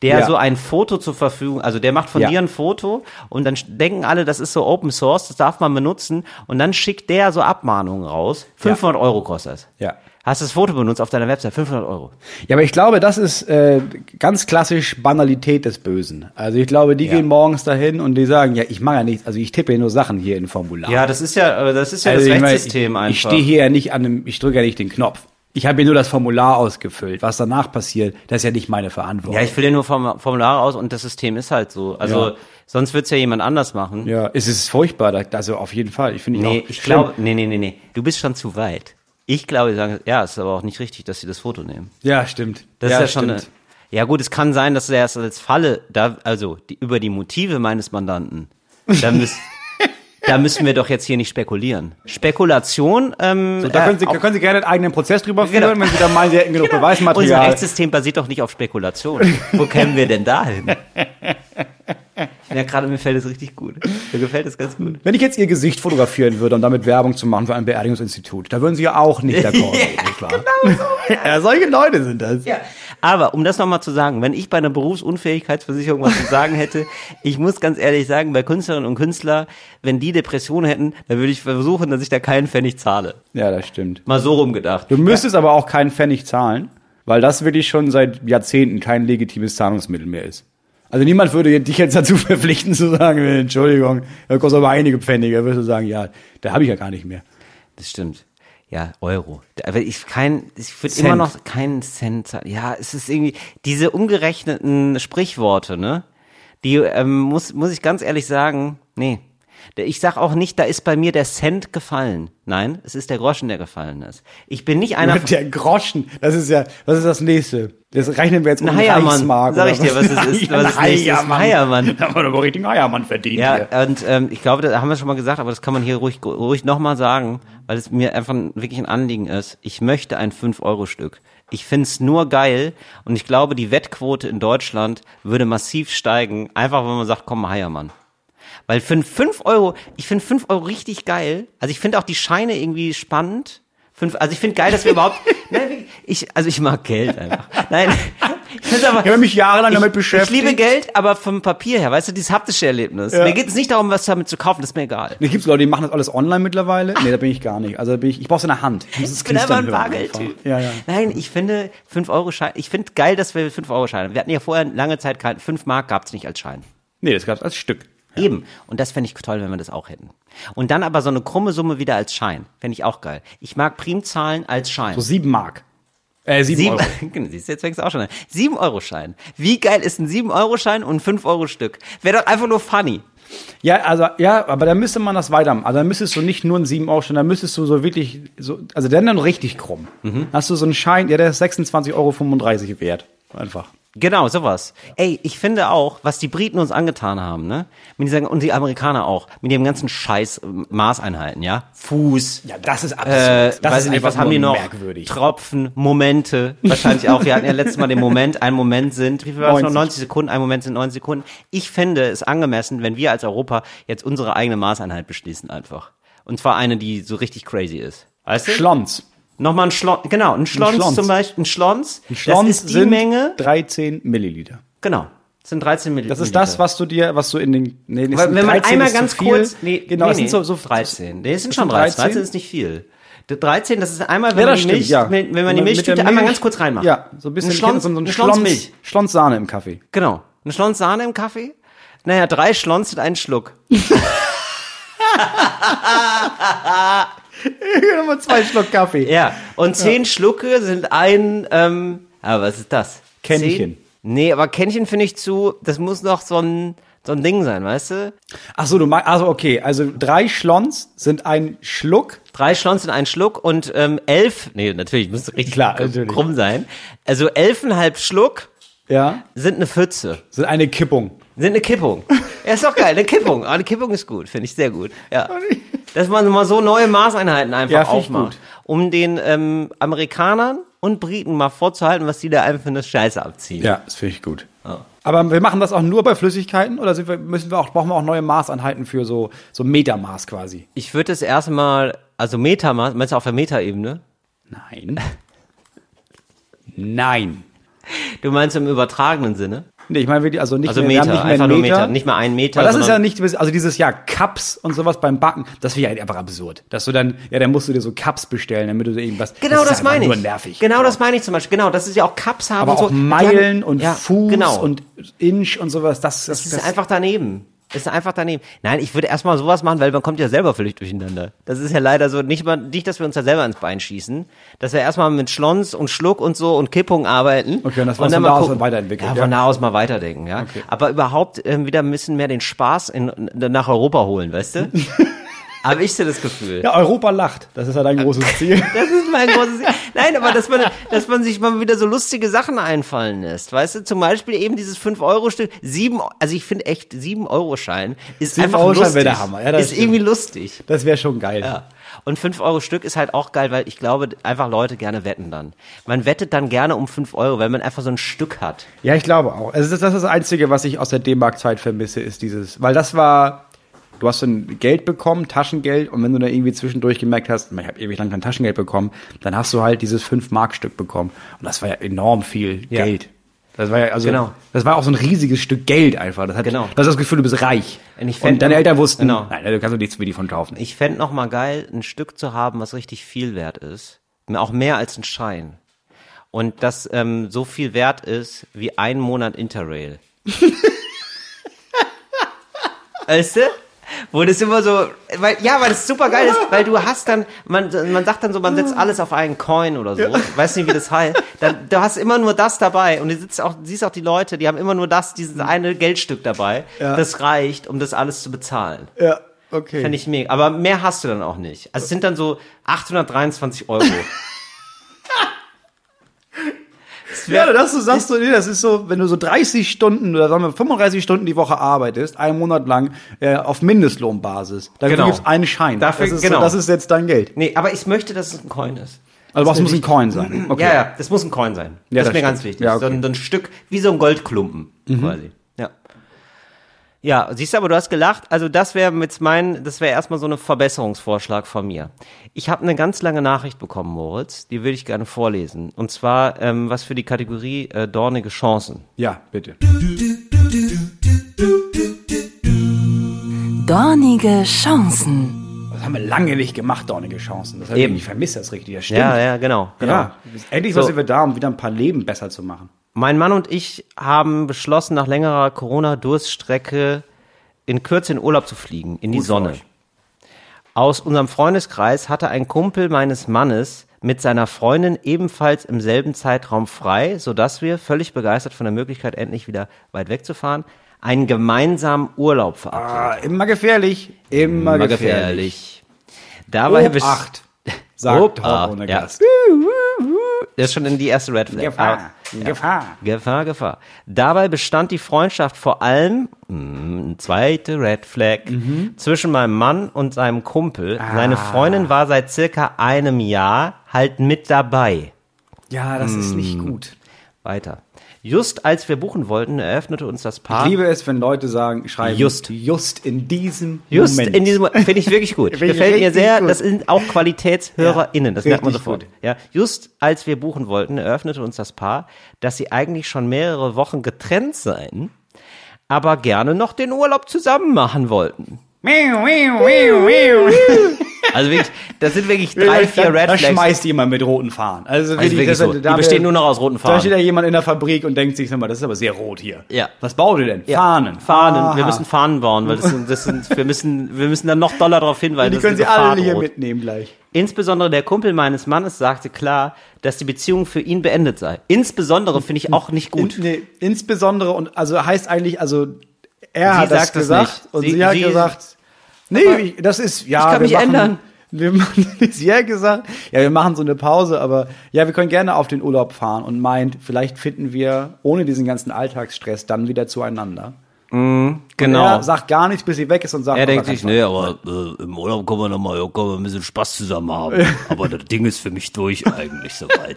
S1: der
S2: Ja.
S1: so ein Foto zur Verfügung, also der macht von
S2: Ja.
S1: dir ein Foto und dann sch- denken alle, das ist so Open Source, das darf man benutzen und dann schickt der so Abmahnungen raus. 500 Euro kostet das.
S2: Ja.
S1: Hast das Foto benutzt auf deiner Website, 500 Euro.
S2: Ja, aber ich glaube, das ist äh, ganz klassisch Banalität des Bösen. Also ich glaube, die
S1: Ja.
S2: gehen morgens dahin und die sagen, ja, ich mache ja nichts, also ich tippe ja nur Sachen hier in Formular.
S1: Ja, das ist ja, äh, das ist ja
S2: also
S1: das
S2: ich meine,
S1: Rechtssystem
S2: ich, Ich
S1: einfach.
S2: stehe hier ja nicht an dem, ich drücke ja nicht den Knopf. Ich habe hier nur das Formular ausgefüllt. Was danach passiert, das ist ja nicht meine Verantwortung.
S1: Ja, ich fülle ja nur Form- Formulare aus und das System ist halt so. Also
S2: Ja.
S1: Sonst wird's ja jemand anders machen.
S2: Ja, es ist furchtbar, da- also auf jeden Fall. Ich finde ihn
S1: Nee,
S2: auch
S1: ich
S2: schlimm.
S1: glaube, nee, nee, nee, nee. Du bist schon zu weit. Ich glaube, sie sagen, ja, es ist aber auch nicht richtig, dass sie das Foto nehmen.
S2: Ja, stimmt.
S1: Das ist ja schon eine,
S2: stimmt.
S1: Ja gut, es kann sein, dass er erst als Falle, da, also die, über die Motive meines Mandanten, da,
S2: [LAUGHS]
S1: müß, da müssen wir doch jetzt hier nicht spekulieren. Spekulation, ähm,
S2: So, da können Sie,
S1: äh, auf-
S2: können Sie gerne einen eigenen Prozess drüber führen,
S1: Genau.
S2: wenn Sie da meinen, Sie hätten genug
S1: unser
S2: Beweismaterial.
S1: Rechtssystem basiert doch nicht auf Spekulation. Wo kämen wir denn da
S2: [LAUGHS]
S1: hin? Ja, gerade mir fällt es richtig gut. Mir gefällt es ganz gut.
S2: Wenn ich jetzt Ihr Gesicht fotografieren würde, um damit Werbung zu machen für ein Beerdigungsinstitut, da würden Sie ja
S1: [LAUGHS]
S2: auch nicht d'accord sein, nicht wahr?
S1: genau.
S2: ja, solche Leute sind das.
S1: Ja. Aber um das nochmal zu sagen, wenn ich bei einer Berufsunfähigkeitsversicherung was zu sagen hätte, ich muss ganz ehrlich sagen, bei Künstlerinnen und Künstlern, wenn die Depressionen hätten, dann würde ich versuchen, dass ich da keinen Pfennig zahle.
S2: Ja, das stimmt.
S1: Mal so rumgedacht.
S2: Du müsstest aber auch keinen Pfennig zahlen, weil das wirklich schon seit Jahrzehnten kein legitimes Zahlungsmittel mehr ist. Also niemand würde dich jetzt dazu [LAUGHS] verpflichten zu sagen, Entschuldigung, da kostet aber einige Pfennige. Da würdest du sagen, ja, da habe ich ja gar nicht mehr.
S1: Das stimmt. Ja, Euro. Aber ich kein, ich würde
S2: Cent.
S1: immer noch keinen Cent zahlen. Ja, es ist irgendwie diese umgerechneten Sprichworte, ne? Die ähm, muss muss ich ganz ehrlich sagen, nee. Der- Ich sag auch nicht, da ist bei mir der Cent gefallen. Nein, es ist der Groschen, der gefallen ist. Ich bin nicht einer
S2: Mit [LAUGHS] der Groschen, das ist ja, was ist das nächste? Das rechnen wir jetzt
S1: Ein
S2: um
S1: Heiermann.
S2: Reichsmark.
S1: Sag
S2: oder
S1: ich dir, was
S2: [LAUGHS]
S1: es ist, was es
S2: ein
S1: nächstes ist. Ein Heiermann.
S2: [LAUGHS] Da haben wir aber richtig einen Heiermann verdient. hier.
S1: Ja, und ähm, ich glaube, da haben wir schon mal gesagt, aber das kann man hier ruhig, ruhig nochmal sagen, weil es mir einfach ein- wirklich ein Anliegen ist. Ich möchte ein 5-Euro-Stück. Ich find's nur geil und ich glaube, die Wettquote in Deutschland würde massiv steigen, einfach wenn man sagt, komm mal Heiermann. Weil für 5 Euro, ich finde 5 Euro richtig geil. Also ich finde auch die Scheine irgendwie spannend. Fünf, also ich finde geil, dass wir überhaupt. Nein, wirklich, ich, also ich mag Geld einfach. Nein, [LAUGHS] ich finde aber.
S2: Ich habe mich jahrelang damit beschäftigt.
S1: Ich liebe Geld, aber vom Papier her, weißt du, dieses haptische Erlebnis. Mir geht es nicht darum, was damit zu kaufen, das ist mir egal.
S2: Es gibt Leute, die machen das alles online mittlerweile. Nee, da bin ich gar nicht. Also da bin ich, ich brauche es in der Hand. Ich, muss das [LAUGHS]
S1: Ich bin einfach
S2: Knistern
S1: ein
S2: hören
S1: Bargeldtyp.
S2: einfach. Ja, ja.
S1: Nein, ich finde 5 Euro Schein, ich finde geil, dass wir 5 Euro Scheine. Wir hatten ja vorher lange Zeit keinen 5 Mark gab es nicht als Schein.
S2: Nee, das gab es als Stück.
S1: Eben. Und das fände ich toll, wenn wir das auch hätten. Und dann aber so eine krumme Summe wieder als Schein. Fände ich auch geil. Ich mag Primzahlen als Schein.
S2: So sieben Mark. Äh, sieben,
S1: Sieben,
S2: Euro.
S1: [LAUGHS] Genau, siehst du, jetzt fängst du auch schon an. Sieben Euro Schein. Wie geil ist ein Sieben Euro Schein und ein Fünf Euro Stück? Wäre doch einfach nur funny.
S2: Ja, also, ja, aber da müsste man das weitermachen. Also, da müsstest du nicht nur einen sieben Euro stellen, da müsstest du so wirklich, so, also dann dann richtig krumm.
S1: Mhm.
S2: Hast du so einen Schein, ja, der ist 26,35 Euro wert. Einfach.
S1: Genau, sowas. Ey, ich finde auch, was die Briten uns angetan haben, ne? Mit dieser, und die Amerikaner auch, mit ihrem ganzen Scheiß äh, Maßeinheiten, ja? Fuß.
S2: Ja, das ist absurd.
S1: Äh,
S2: das
S1: weiß
S2: ist
S1: ich nicht,
S2: einfach
S1: was haben
S2: nur
S1: die noch?
S2: merkwürdig.
S1: Tropfen, Momente, wahrscheinlich auch. Wir hatten ja letztes Mal den Moment, ein Moment sind, wie viel war es noch?
S2: 90.
S1: 90 Sekunden, ein Moment sind 90 Sekunden. Ich finde es angemessen, wenn wir als Europa jetzt unsere eigene Maßeinheit beschließen einfach. Und zwar eine, die so richtig crazy ist. Weißt du?
S2: Schlons.
S1: Nochmal ein Schlons, genau, ein Schlons,
S2: Schlons.
S1: zum Beispiel, ein Schlons. Ein
S2: Schlons
S1: das ist die
S2: sind
S1: Menge,
S2: 13 Milliliter.
S1: genau, das sind 13 Milliliter.
S2: Das ist das, was du dir, was du in den, nee, das
S1: Weil
S2: sind
S1: wenn man
S2: 13
S1: einmal
S2: ist zu
S1: ganz
S2: viel.
S1: kurz,
S2: nee, genau, das sind so, so
S1: 13. Nee, es sind
S2: das
S1: schon
S2: sind
S1: 13. 13
S2: 13
S1: ist nicht viel. D- 13, das ist einmal, wenn
S2: Ja,
S1: man
S2: das
S1: die
S2: stimmt,
S1: Milch,
S2: ja.
S1: wenn, wenn man die
S2: Mit- mit der
S1: Milchtüte einmal
S2: Milch-
S1: ganz kurz reinmacht.
S2: Ja, so ein bisschen
S1: ein Schlons,
S2: so ein, so ein
S1: ein Schlons
S2: Schlons,
S1: Milch.
S2: Schlons Sahne im [LAUGHS] Kaffee.
S1: Genau. Eine Schlons Sahne im Kaffee? Naja, drei Schlons sind ein Schluck.
S2: Nochmal zwei Schluck Kaffee.
S1: Ja. Und zehn Schlucke sind ein, ähm, aber was ist das?
S2: Kännchen.
S1: Zehn? Nee, aber Kännchen finde ich zu, das muss noch so ein, so ein Ding sein, weißt du?
S2: Ach so, du meinst, also okay, also drei Schlons sind ein Schluck.
S1: Drei Schlons in einen Schluck und ähm, elf, nee, natürlich, muss richtig
S2: Klar, natürlich.
S1: krumm sein. Also elfenhalb Schluck
S2: Ja,
S1: sind eine Pfütze.
S2: sind eine Kippung.
S1: Sind eine Kippung. Ja, ist doch geil, eine Kippung. Aber eine Kippung ist gut, finde ich sehr gut. Ja. Dass man mal so neue Maßeinheiten einfach
S2: Ja, finde ich
S1: aufmacht. Um den ähm, Amerikanern und Briten mal vorzuhalten, was die da einfach für eine Scheiße abziehen.
S2: Ja, das finde ich gut. Aber wir machen das auch nur bei Flüssigkeiten oder sind wir, müssen wir auch, brauchen wir auch neue Maßeinheiten für so, so Metermaß quasi?
S1: Ich würde das erstmal, also Metamaß, meinst du auf der Metaebene?
S2: Nein. Nein.
S1: Du meinst im übertragenen Sinne?
S2: Nee, ich meine wirklich, also nicht
S1: Also
S2: mehr, wir
S1: Meter,
S2: haben nicht mehr
S1: einfach
S2: einen
S1: nur
S2: Meter.
S1: Meter, nicht mehr einen Meter,
S2: Weil das ist ja
S1: sondern-
S2: nicht, also dieses Jahr Cups und sowas beim Backen, das wäre ja einfach absurd. Dass du dann, ja, dann musst du dir so Cups bestellen, damit du dir irgendwas.
S1: Genau das,
S2: ist einfach
S1: meine ich.
S2: Nur nervig.
S1: Genau das meine ich zum Beispiel. Genau, das ist ja auch Cups haben
S2: Aber
S1: und so.
S2: auch Meilen
S1: Die haben-
S2: und
S1: ja,
S2: Fuß
S1: genau.
S2: und Inch und sowas, das, das,
S1: Das ist einfach daneben. Ist einfach daneben. Nein, ich würde erstmal sowas machen, weil man kommt ja selber völlig durcheinander. Das ist ja leider so. Nicht, mal, nicht dass wir uns da selber ins Bein schießen. Dass wir erstmal mit Schlons und Schluck und so und Kippung arbeiten.
S2: Okay, und das war's von
S1: mal
S2: da aus
S1: gucken.
S2: dann weiterentwickelt,
S1: Ja,
S2: ja.
S1: von da aus mal weiterdenken, ja. Aber überhaupt ähm, wieder ein bisschen mehr den Spaß in, nach Europa holen, weißt
S2: [LAUGHS]
S1: du? Habe ich so das Gefühl.
S2: Ja, Europa lacht. Das ist ja dein großes Ziel.
S1: [LAUGHS] Das ist mein großes. Nein, aber dass man, dass man sich mal wieder so lustige Sachen einfallen lässt. Weißt du, zum Beispiel eben dieses 5-Euro-Stück. sieben, also ich finde echt, 7-Euro-Schein ist einfach
S2: 7-Euro-Schein
S1: lustig.
S2: wäre der Hammer. Ja, das
S1: ist
S2: stimmt.
S1: irgendwie lustig.
S2: Das wäre schon geil.
S1: Ja. Und 5-Euro-Stück ist halt auch geil, weil ich glaube, einfach Leute gerne wetten dann. Man wettet dann gerne um 5 Euro, weil man einfach so ein Stück hat.
S2: Ja, ich glaube auch. Also das, das ist das Einzige, was ich aus der D-Mark-Zeit vermisse, ist dieses, weil das war, du hast dann Geld bekommen, Taschengeld, und wenn du dann irgendwie zwischendurch gemerkt hast, ich habe ewig lang kein Taschengeld bekommen, dann hast du halt dieses 5-Mark-Stück bekommen. Und das war ja enorm viel
S1: Ja.
S2: Geld. Das war ja, also,
S1: Genau.
S2: das war auch so ein riesiges Stück Geld einfach. Das hat,
S1: Genau.
S2: Das ist das Gefühl, du bist reich.
S1: Und ich fänd-
S2: und deine Eltern wussten,
S1: Genau.
S2: nein, also du kannst doch nichts für die von kaufen.
S1: Ich fänd noch mal geil, ein Stück zu haben, was richtig viel wert ist. Auch mehr als ein Schein. Und das ähm, so viel wert ist wie ein Monat Interrail. [LAUGHS] weißt du? Wo das immer so, weil, ja, weil das super geil ist, weil du hast dann, man, man sagt dann so, man setzt alles auf einen Coin oder so. Ich weiß nicht, wie das heißt. Dann, du hast immer nur das dabei und du sitzt auch, siehst auch die Leute, die haben immer nur das, dieses eine Geldstück dabei. Das reicht, um das alles zu bezahlen.
S2: Ja, okay.
S1: Fände ich mega. Aber mehr hast du dann auch nicht. Also es sind dann so 823
S2: [LAUGHS]
S1: Euro. Das wär-
S2: Ja, dass du sagst, so, nee, das ist so, wenn du so 30 Stunden oder sagen wir 35 Stunden die Woche arbeitest, einen Monat lang äh, auf Mindestlohnbasis, dann
S1: Genau.
S2: gibt's einen Schein.
S1: Dafür-
S2: das, ist
S1: genau.
S2: so, das ist jetzt dein Geld.
S1: Nee, aber ich möchte, dass es ein Coin ist.
S2: Also was muss ein
S1: [CLEARS THROAT]
S2: Coin sein? Okay.
S1: Ja, ja, das muss ein Coin sein.
S2: Ja,
S1: das ist
S2: das
S1: mir ganz
S2: stimmt.
S1: wichtig.
S2: Ja, okay. Mhm.
S1: so, ein, so ein Stück, wie so ein Goldklumpen quasi. Ja. Ja, siehst du, aber du hast gelacht. Also das wäre mit mein, das wäre erstmal so ein Verbesserungsvorschlag von mir. Ich habe eine ganz lange Nachricht bekommen, Moritz. Die würde ich gerne vorlesen. Und zwar ähm, was für die Kategorie äh, dornige Chancen.
S2: Ja, bitte.
S3: Dornige Chancen.
S2: Das haben wir lange nicht gemacht, dornige Chancen. Das heißt,
S1: Eben.
S2: Ich vermisse das richtig, das stimmt.
S1: Ja, ja, genau. genau.
S2: Ja, endlich
S1: So.
S2: sind wir da, um wieder ein paar Leben besser zu machen.
S1: Mein Mann und ich haben beschlossen, nach längerer Corona-Durststrecke in Kürze in Urlaub zu fliegen, in die
S2: Gut für
S1: Sonne.
S2: euch.
S1: Aus unserem Freundeskreis hatte ein Kumpel meines Mannes mit seiner Freundin ebenfalls im selben Zeitraum frei, sodass wir, völlig begeistert von der Möglichkeit, endlich wieder weit wegzufahren, einen gemeinsamen Urlaub verabredeten.
S2: Ah, immer gefährlich. Immer, Ah, gefährlich. Oh,
S1: Dabei bes-
S2: Obacht, sagt
S1: Obacht,
S2: Talk ohne
S1: ja.
S2: Gast.
S1: Das ist schon in die erste Red Flag. Aber-
S2: Gefahr, Gefahr.
S1: Gefahr, Gefahr. Dabei bestand die Freundschaft vor allem, mh, zweite Red Flag, zwischen meinem Mann und seinem Kumpel. Seine Freundin war seit circa einem Jahr halt mit dabei.
S2: Ja, das ist nicht gut.
S1: Weiter. Just als wir buchen wollten, eröffnete uns das
S2: Ich
S1: Paar.
S2: liebe es, wenn Leute sagen, schreiben,
S1: Ah. Just.
S2: just in diesem
S1: Just
S2: Moment.
S1: in diesem finde ich wirklich gut.
S2: [LAUGHS] Finde ich
S1: Gefällt mir
S2: richtig
S1: sehr,
S2: gut.
S1: das sind auch QualitätshörerInnen, das
S2: Ja,
S1: merkt man
S2: richtig
S1: sofort.
S2: gut.
S1: Ja, just als wir buchen wollten, eröffnete uns das Paar, dass sie eigentlich schon mehrere Wochen getrennt seien, aber gerne noch den Urlaub zusammen machen wollten.
S2: Miau, miau, miau, miau.
S1: Also wirklich, das sind
S2: [LAUGHS]
S1: wirklich drei, vier
S2: da,
S1: Red
S2: da
S1: Flags.
S2: schmeißt jemand mit roten Fahnen. Also,
S1: Also wirklich
S2: das-
S1: so.
S2: da-
S1: Die bestehen nur noch aus roten
S2: Da
S1: Fahnen.
S2: steht da jemand in der Fabrik und denkt sich, sag mal, das ist aber sehr rot hier.
S1: Ja.
S2: Was baut ihr denn?
S1: Ja,
S2: Fahnen.
S1: Fahnen.
S2: Aha.
S1: Wir müssen Fahnen bauen, weil das sind, das sind, wir müssen, wir müssen dann noch doller darauf hinweisen.
S2: Die
S1: dass
S2: können sie
S1: diese
S2: alle
S1: Fahnen
S2: hier
S1: rot-
S2: mitnehmen gleich.
S1: Insbesondere der Kumpel meines Mannes sagte klar, dass die Beziehung für ihn beendet sei. Insbesondere finde ich auch nicht gut.
S2: In, nee, insbesondere und also heißt eigentlich, also er
S1: Sie
S2: hat das
S1: sagt es
S2: gesagt
S1: nicht.
S2: und
S1: Sie-
S2: sie, hat
S1: sie-
S2: gesagt, nee, ich, das ist ja.
S1: Ich kann
S2: wir
S1: mich ändern.
S2: Wir machen, [LAUGHS] sie hat gesagt, ja, wir machen so eine Pause, aber ja, wir können gerne auf den Urlaub fahren und meint, vielleicht finden wir ohne diesen ganzen Alltagsstress dann wieder zueinander.
S4: Genau.
S2: Er sagt gar nichts, bis sie weg ist und sagt,
S1: Genau.
S2: oh
S1: Er denkt
S2: aber
S1: sich,
S2: ganz
S1: nee,
S4: aber äh, im Urlaub kommen wir nochmal, ja, können wir ein bisschen Spaß zusammen
S1: [LAUGHS]
S4: haben. Aber das Ding ist für mich durch eigentlich soweit.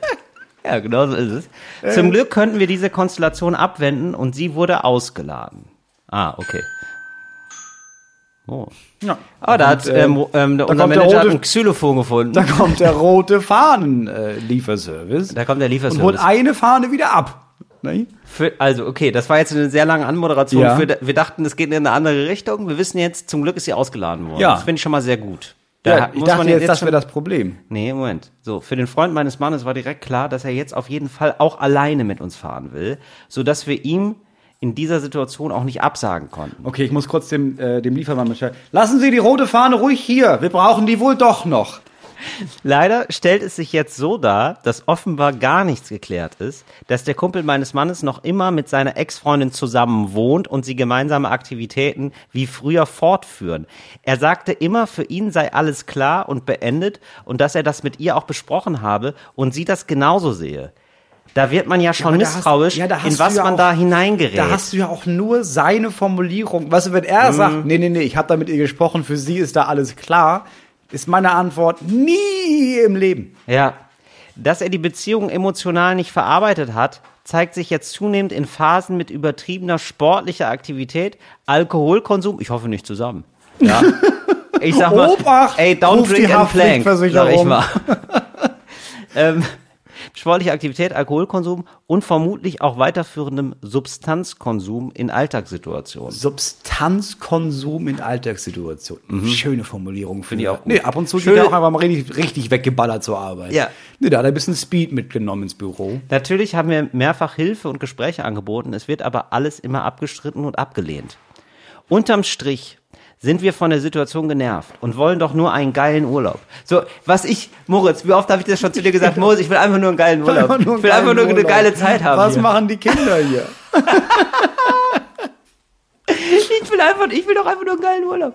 S1: Ja, genau so ist es. Zum Glück könnten wir diese Konstellation abwenden und sie wurde ausgeladen. Ah, okay. Oh.
S2: Ja.
S1: Aber da
S2: Und,
S1: hat
S2: äh,
S1: ähm, ähm, unser
S2: da kommt der
S1: Manager hat
S2: rote-
S1: ein Xylophon gefunden.
S2: [LAUGHS] Da kommt der rote Fahnen-Lieferservice
S1: [LAUGHS] Da kommt der
S2: und holt
S1: Lieferservice.
S2: eine Fahne wieder ab. Ne?
S1: Für, also, okay, das war jetzt eine sehr lange Anmoderation.
S2: Ja.
S1: Für, wir dachten, es geht in eine andere Richtung. Wir wissen jetzt, zum Glück ist sie ausgeladen worden.
S2: Ja.
S1: Das finde ich schon mal sehr gut. Da
S2: Ja, ich
S1: muss
S2: dachte
S1: man
S2: jetzt, das
S1: schon-
S2: wäre das Problem.
S1: Nee, Moment. So, für den Freund meines Mannes war direkt klar, dass er jetzt auf jeden Fall auch alleine mit uns fahren will, sodass wir ihm in dieser Situation auch nicht absagen konnten.
S2: Okay, ich muss kurz dem, äh, dem Liefermann Bescheid. Lassen Sie die rote Fahne ruhig hier. Wir brauchen die wohl doch noch.
S1: Leider stellt es sich jetzt so dar, dass offenbar gar nichts geklärt ist, dass der Kumpel meines Mannes noch immer mit seiner Ex-Freundin zusammen wohnt und sie gemeinsame Aktivitäten wie früher fortführen. Er sagte immer, für ihn sei alles klar und beendet und dass er das mit ihr auch besprochen habe und sie das genauso sehe. Da wird man ja schon
S2: Aber da hast-
S1: misstrauisch,
S2: ja, da hast
S1: in
S2: du
S1: was
S2: ja
S1: man
S2: auch-
S1: da hineingerät.
S2: Da hast du ja auch nur seine Formulierung. Weißt du, wenn er sagt, nee, nee, nee, ich habe da mit ihr gesprochen, für sie ist da alles klar, ist meine Antwort nie im Leben.
S1: Ja. Dass er die Beziehung emotional nicht verarbeitet hat, zeigt sich jetzt zunehmend in Phasen mit übertriebener sportlicher Aktivität, Alkoholkonsum, ich hoffe nicht zusammen. Ja. Ich sag mal,
S2: Obacht,
S1: ey, don't
S2: ruft die
S1: drink and plank, sag ich
S2: Haftpflichtversicherung.
S1: mal. [LAUGHS] ähm, sportliche Aktivität, Alkoholkonsum und vermutlich auch weiterführendem Substanzkonsum in Alltagssituationen.
S2: Substanzkonsum in Alltagssituationen. Schöne Formulierung, finde
S1: ich
S2: ich
S1: auch
S2: auch.
S1: gut.
S2: ab und zu
S1: Schöne-
S2: geht er auch einfach mal richtig, richtig weggeballert zur Arbeit.
S1: Ja.
S2: Nee, da hat er ein bisschen Speed mitgenommen ins Büro.
S1: Natürlich haben wir mehrfach Hilfe und Gespräche angeboten, es wird aber alles immer abgestritten und abgelehnt. Unterm Strich sind wir von der Situation genervt und wollen doch nur einen geilen Urlaub. So, was ich, Moritz, wie oft habe ich das schon zu dir
S2: [LAUGHS]
S1: gesagt, Moritz, ich will einfach nur einen geilen Urlaub. Ich will
S2: einen
S1: einfach nur
S2: geilen
S1: eine
S2: Urlaub.
S1: geile Zeit haben.
S2: Was
S1: hier.
S2: machen die Kinder
S1: [LAUGHS]
S2: hier?
S1: [LAUGHS] Ich will einfach, ich will doch einfach nur einen geilen Urlaub.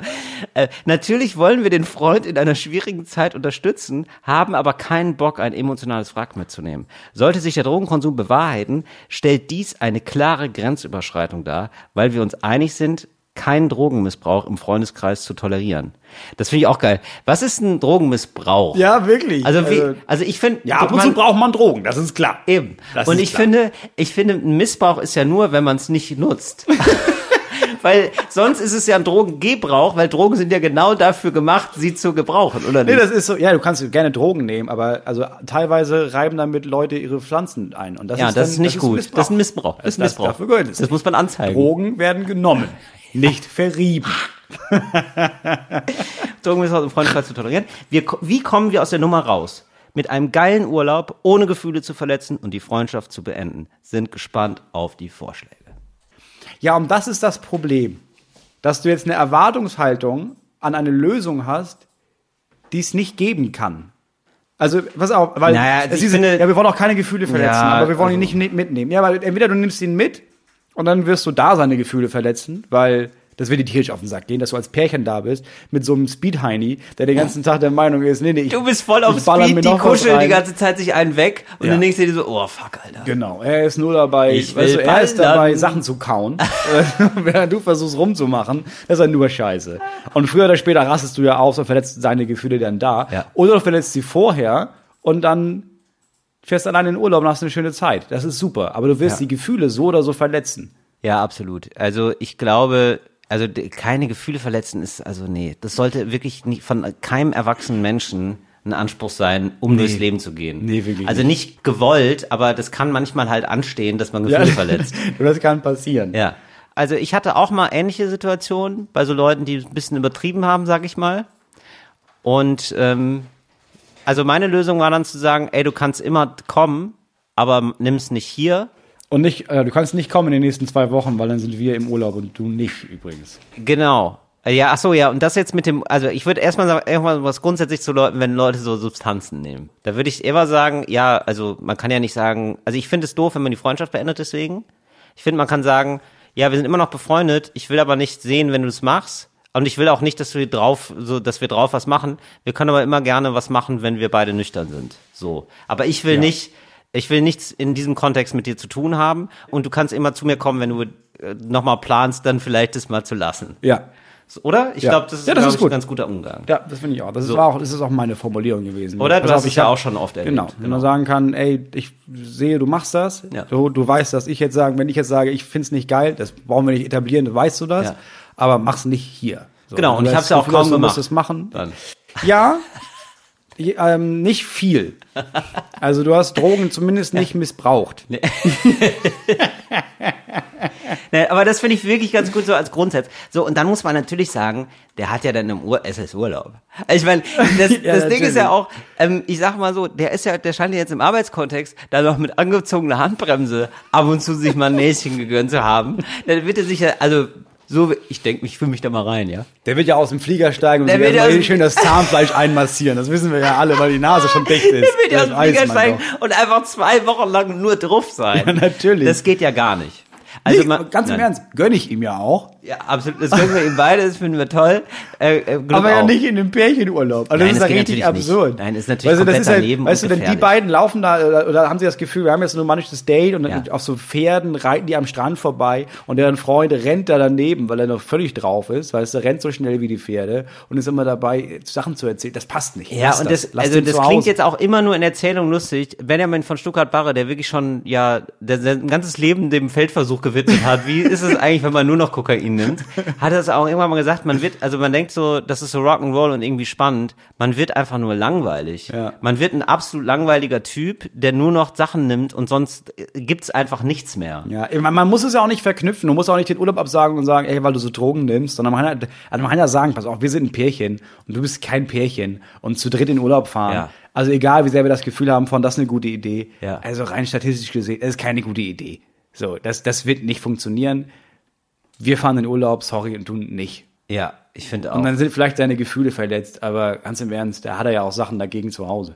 S1: Äh, natürlich wollen wir den Freund in einer schwierigen Zeit unterstützen, haben aber keinen Bock, ein emotionales Wrack mitzunehmen. Sollte sich der Drogenkonsum bewahrheiten, stellt dies eine klare Grenzüberschreitung dar, weil wir uns einig sind, keinen Drogenmissbrauch im Freundeskreis zu tolerieren. Das finde ich auch geil. Was ist ein Drogenmissbrauch?
S2: Ja, wirklich.
S1: Also, wie, also ich finde,
S2: ja, ab und zu braucht man Drogen, das ist klar.
S1: Eben.
S2: Das
S1: und
S2: ist
S1: ich
S2: klar.
S1: finde, ich finde, ein Missbrauch ist ja nur, wenn man es nicht [LAUGHS] nutzt. weil sonst ist es ja ein Drogengebrauch, weil Drogen sind ja genau dafür gemacht, sie zu gebrauchen, oder
S2: Nee,
S1: nicht?
S2: das ist so, ja, du kannst gerne Drogen nehmen, aber also teilweise reiben damit Leute ihre Pflanzen ein. Und das
S1: ja,
S2: ist
S1: das
S2: dann,
S1: ist nicht gut.
S2: Missbrauch.
S1: das ist ein Missbrauch. Das ist ein
S2: Das-
S1: Missbrauch.
S2: dafür gehört es
S1: das muss man anzeigen.
S2: Drogen werden genommen, nicht verrieben.
S1: Drogenmissbrauch im Freundeskreis zu tolerieren. Wir, ko- wie kommen wir aus der Nummer raus? Mit einem geilen Urlaub, ohne Gefühle zu verletzen und die Freundschaft zu beenden. Sind gespannt auf die Vorschläge.
S2: Ja, und das ist das Problem, dass du jetzt eine Erwartungshaltung an eine Lösung hast, die es nicht geben kann. Also, pass auf, weil
S1: Naja,
S2: es
S1: ich
S2: ist-
S1: finde-
S2: ja, wir wollen auch keine Gefühle verletzen,
S1: Ja,
S2: aber wir wollen ihn
S1: also-
S2: nicht mit- mitnehmen. Ja, weil entweder du nimmst ihn mit und dann wirst du da seine Gefühle verletzen, weil das wird dir tierisch auf den Sack gehen, dass du als Pärchen da bist mit so einem Speed-Heini, der den ganzen Tag der Meinung ist, nee, nee, ich
S1: Du bist voll
S2: ich
S1: auf
S2: baller mir
S1: Speed, die
S2: noch was
S1: kuscheln die
S2: rein.
S1: ganze Zeit sich einen weg und
S2: Ja.
S1: dann denkst du dir so, oh fuck, Alter.
S2: Genau, er ist nur dabei,
S1: Ich
S2: weißt
S1: will
S2: du, er ist
S1: ballern.
S2: dabei, Sachen zu
S1: [LAUGHS]
S2: kauen. [LAUGHS] Äh, Während du versuchst rumzumachen, das ist ja nur Scheiße. Und früher oder später rastest du ja aus und verletzt seine Gefühle dann da.
S1: Ja.
S2: Oder du verletzt sie vorher und dann fährst allein in den Urlaub und hast eine schöne Zeit. Das ist super. Aber du wirst
S1: Ja.
S2: die Gefühle so oder so verletzen.
S1: Ja, absolut. Also ich glaube, also d- keine Gefühle verletzen ist, also nee, das sollte wirklich nicht von keinem erwachsenen Menschen ein Anspruch sein, um durchs Leben zu gehen.
S2: Nee, wirklich
S1: Also nicht gewollt, aber das kann manchmal halt anstehen, dass man
S2: [LAUGHS]
S1: Gefühle verletzt.
S2: das kann passieren.
S1: Ja. Also ich hatte auch mal ähnliche Situationen bei so Leuten, die ein bisschen übertrieben haben, sag ich mal. Und ähm, also meine Lösung war dann zu sagen, ey, du kannst immer kommen, aber nimm's nicht hier.
S2: Und nicht, äh, du kannst nicht kommen in den nächsten zwei Wochen, weil dann sind wir im Urlaub und du nicht übrigens.
S1: Genau. Ja, ach so, ja, und das jetzt mit dem, also ich würde erstmal sagen, irgendwas was grundsätzlich zu Leuten, wenn Leute so Substanzen nehmen. Da würde ich immer sagen, ja, also man kann ja nicht sagen, also ich finde es doof, wenn man die Freundschaft beendet deswegen. Ich finde, man kann sagen, ja, wir sind immer noch befreundet, ich will aber nicht sehen, wenn du es machst. Und ich will auch nicht, dass wir drauf, so, dass wir drauf was machen. Wir können aber immer gerne was machen, wenn wir beide nüchtern sind. So. Aber ich will nicht, ich will nichts in diesem Kontext mit dir zu tun haben. Und du kannst immer zu mir kommen, wenn du nochmal planst, dann vielleicht das mal zu lassen.
S2: Ja.
S1: Oder? Ich
S2: Ja.
S1: glaube, das ist,
S2: Ja, das
S1: glaub
S2: ist
S1: ich,
S2: gut.
S1: ein ganz guter Umgang.
S2: Ja, das finde ich auch. Das, war auch. das ist auch meine Formulierung gewesen.
S1: Oder? Du
S2: Pass
S1: hast
S2: auf,
S1: es
S2: ich
S1: ja
S2: hab-
S1: auch schon oft erlebt.
S2: Genau. Wenn man sagen kann, ey, ich sehe, du machst das.
S1: Ja.
S2: Du, du weißt das. Ich jetzt sagen, wenn ich jetzt sage, ich finde es nicht geil, das brauchen wir nicht etablieren, du weißt du das.
S1: Ja.
S2: Aber mach's nicht hier. So,
S1: Genau, und
S2: du
S1: ich hab's
S2: hast
S1: ja auch
S2: das Gefühl,
S1: kaum
S2: du musst
S1: gemacht.
S2: es machen.
S1: Dann.
S2: Ja, [LAUGHS] Je- Ähm, nicht viel. Also du hast Drogen zumindest nicht missbraucht.
S1: Ne, aber das finde ich wirklich ganz gut so als Grundsatz. So, und dann muss man natürlich sagen, der hat ja dann im Ur SS-Urlaub. Also ich meine, das,
S2: [LAUGHS] Ja,
S1: das Ding ist ja
S2: natürlich.
S1: auch, ähm, ich sag mal so, der ist ja, der scheint ja jetzt im Arbeitskontext da noch mit angezogener Handbremse ab und zu sich mal ein Näschen gegönnt zu haben. Dann wird er sich ja, also so, ich denke, ich fühle mich da mal rein, ja.
S2: Der wird ja aus dem Flieger steigen und
S1: Der
S2: sich
S1: wird
S2: erstmal
S1: aus-
S2: richtig schön das Zahnfleisch einmassieren. Das wissen wir ja alle, weil die Nase schon dicht
S1: [LAUGHS] Der
S2: ist.
S1: wird ja aus
S2: Das
S1: dem
S2: weiß
S1: Flieger
S2: man
S1: steigen
S2: doch.
S1: und einfach zwei Wochen lang nur drauf sein.
S2: Ja, natürlich.
S1: Das geht ja gar nicht. Also
S2: nee,
S1: man-
S2: ganz im
S1: nein.
S2: Ernst, gönne ich ihm ja auch.
S1: Ja, absolut. Das können wir ihm beide, das finden wir toll. Äh, äh, Glück
S2: Aber ja
S1: auf.
S2: nicht in einem Pärchenurlaub. Also
S1: Nein,
S2: das ist
S1: das
S2: ja
S1: geht
S2: richtig
S1: natürlich nicht.
S2: absurd.
S1: Nein, ist natürlich
S2: du, das
S1: komplett
S2: ist halt,
S1: daneben und
S2: Weißt du, wenn die
S1: gefährlich.
S2: beiden laufen da, oder, oder haben sie das Gefühl, wir haben jetzt ein romantisches Date und dann
S1: Ja.
S2: auf so Pferden reiten die am Strand vorbei und deren Freund rennt da daneben, weil er noch völlig drauf ist, weißt du, rennt so schnell wie die Pferde und ist immer dabei, Sachen zu erzählen. Das passt nicht.
S1: Ja,
S2: Lass
S1: und das,
S2: Lass
S1: also
S2: den
S1: das
S2: zu
S1: klingt
S2: Hause.
S1: jetzt auch immer nur in Erzählung lustig. Benjamin von Stuttgart-Barre, der wirklich schon, ja, der sein ganzes Leben dem Feldversuch gewidmet hat. Wie ist es eigentlich, wenn man nur noch Kokain nimmt? Hat das auch irgendwann mal gesagt, man wird, also man denkt so, das ist so Rock'n'Roll und irgendwie spannend. Man wird einfach nur langweilig.
S2: Ja.
S1: Man wird ein absolut langweiliger Typ, der nur noch Sachen nimmt und sonst äh, gibt's einfach nichts mehr.
S2: Ja, ich mein, man muss es ja auch nicht verknüpfen. Du musst auch nicht den Urlaub absagen und sagen, ey, weil du so Drogen nimmst, sondern man kann ja, also man kann ja sagen, pass auf, wir sind ein Pärchen und du bist kein Pärchen und zu dritt in den Urlaub fahren.
S1: Ja.
S2: Also egal, wie sehr wir das Gefühl haben von, das ist eine gute Idee.
S1: Ja.
S2: Also rein statistisch gesehen, das ist keine gute Idee. So, das, das wird nicht funktionieren. Wir fahren in den Urlaub, sorry, und du nicht.
S1: Ja, ich finde auch.
S2: Und dann sind vielleicht deine Gefühle verletzt, aber ganz im Ernst, da hat er ja auch Sachen dagegen zu Hause.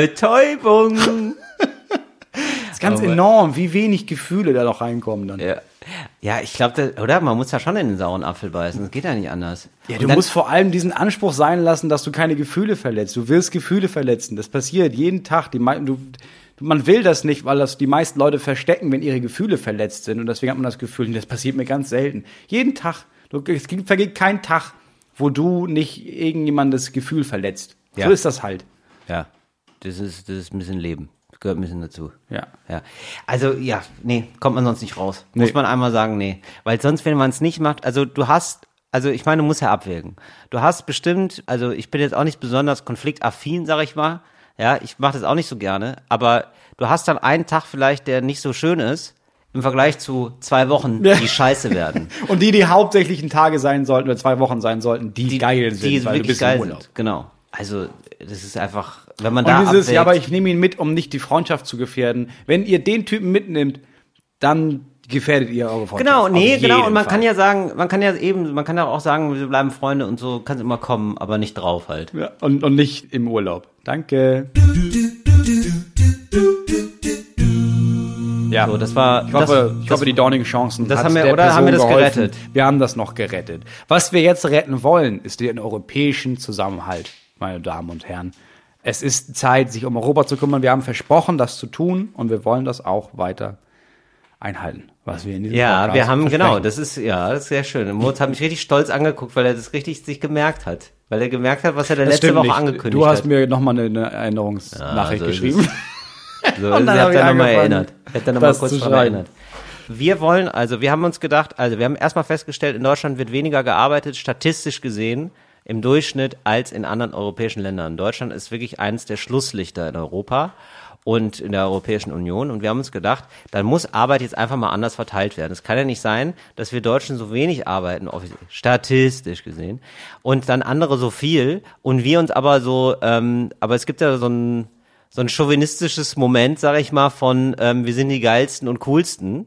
S1: Betäubung!
S2: Das ist ganz
S1: Aber-
S2: enorm, wie wenig Gefühle da noch reinkommen dann.
S1: Ja, ja ich glaube, oder? Man muss ja schon in den sauren Apfel beißen. Das geht ja nicht anders.
S2: Ja,
S1: Und
S2: du
S1: dann-
S2: musst vor allem diesen Anspruch sein lassen, dass du keine Gefühle verletzt. Du wirst Gefühle verletzen. Das passiert jeden Tag. Die, mei- du, du- man will das nicht, weil das die meisten Leute verstecken, wenn ihre Gefühle verletzt sind. Und deswegen hat man das Gefühl, das passiert mir ganz selten. Jeden Tag. Du, es gibt- vergeht kein Tag, wo du nicht irgendjemandes Gefühl verletzt.
S1: Ja.
S2: So ist das halt.
S1: Ja, das ist, das ist ein bisschen Leben. Das gehört ein bisschen dazu.
S2: Ja.
S1: ja. Also, ja, nee, kommt man sonst nicht raus. Muss man einmal sagen, nee. Weil sonst, wenn man es nicht macht, also du hast, also ich meine, du musst ja abwägen. Du hast bestimmt, also ich bin jetzt auch nicht besonders konfliktaffin, sag ich mal. Ja, ich mache das auch nicht so gerne. Aber du hast dann einen Tag vielleicht, der nicht so schön ist, im Vergleich zu zwei Wochen, die scheiße werden.
S2: Und die, die hauptsächlichen Tage sein sollten oder zwei Wochen sein sollten, die, geil sind,
S1: die
S2: weil du
S1: wirklich
S2: bist
S1: geil
S2: im Urlaub.
S1: sind. Genau. Also, das ist einfach, wenn man da
S2: Und dieses,
S1: abwägt,
S2: ja, aber ich nehme ihn mit, um nicht die Freundschaft zu gefährden. Wenn ihr den Typen mitnimmt, dann gefährdet ihr eure Freundschaft.
S1: Genau,
S2: Auf
S1: nee,
S2: jeden
S1: genau. Und man
S2: Fall.
S1: kann ja sagen, man kann ja eben, man kann ja auch sagen, wir bleiben Freunde und so, kann es immer kommen, aber nicht drauf halt.
S2: Ja, und, und nicht im Urlaub. Danke. Ja,
S1: So, das war,
S2: ich hoffe,
S1: das,
S2: ich hoffe die dornigen Chancen.
S1: das
S2: hat
S1: haben wir-
S2: der
S1: oder haben wir das
S2: geholfen.
S1: gerettet?
S2: Wir haben das noch gerettet. Was wir jetzt retten wollen, ist den europäischen Zusammenhalt, meine Damen und Herren. Es ist Zeit, sich um Europa zu kümmern. Wir haben versprochen, das zu tun und wir wollen das auch weiter einhalten, was wir in diesem
S1: ja,
S2: Podcast
S1: wir haben, genau,
S2: versprechen.
S1: das ist, ja, das ist sehr schön. Und Moritz hat mich richtig stolz angeguckt, weil er das richtig sich gemerkt hat. Weil er gemerkt hat, was er der
S2: Das
S1: letzte
S2: stimmt
S1: Woche
S2: nicht.
S1: angekündigt
S2: Du hast
S1: hat.
S2: mir nochmal eine, eine Erinnerungsnachricht
S1: so ist es.
S2: geschrieben.
S1: So, und
S2: dann
S1: dann
S2: hab
S1: hat
S2: ich
S1: er nochmal
S2: angefangen,
S1: erinnert. Hat er nochmal
S2: das
S1: kurz
S2: zu
S1: dran
S2: schreiben.
S1: erinnert. Wir wollen, also wir haben uns gedacht, also wir haben erstmal festgestellt, in Deutschland wird weniger gearbeitet, statistisch gesehen, im Durchschnitt als in anderen europäischen Ländern. Deutschland ist wirklich eines der Schlusslichter in Europa und in der Europäischen Union. Und wir haben uns gedacht, dann muss Arbeit jetzt einfach mal anders verteilt werden. Es kann ja nicht sein, dass wir Deutschen so wenig arbeiten, offiz- statistisch gesehen, und dann andere so viel und wir uns aber so, ähm, aber es gibt ja so ein, so ein chauvinistisches Moment, sage ich mal, von ähm, wir sind die geilsten und coolsten.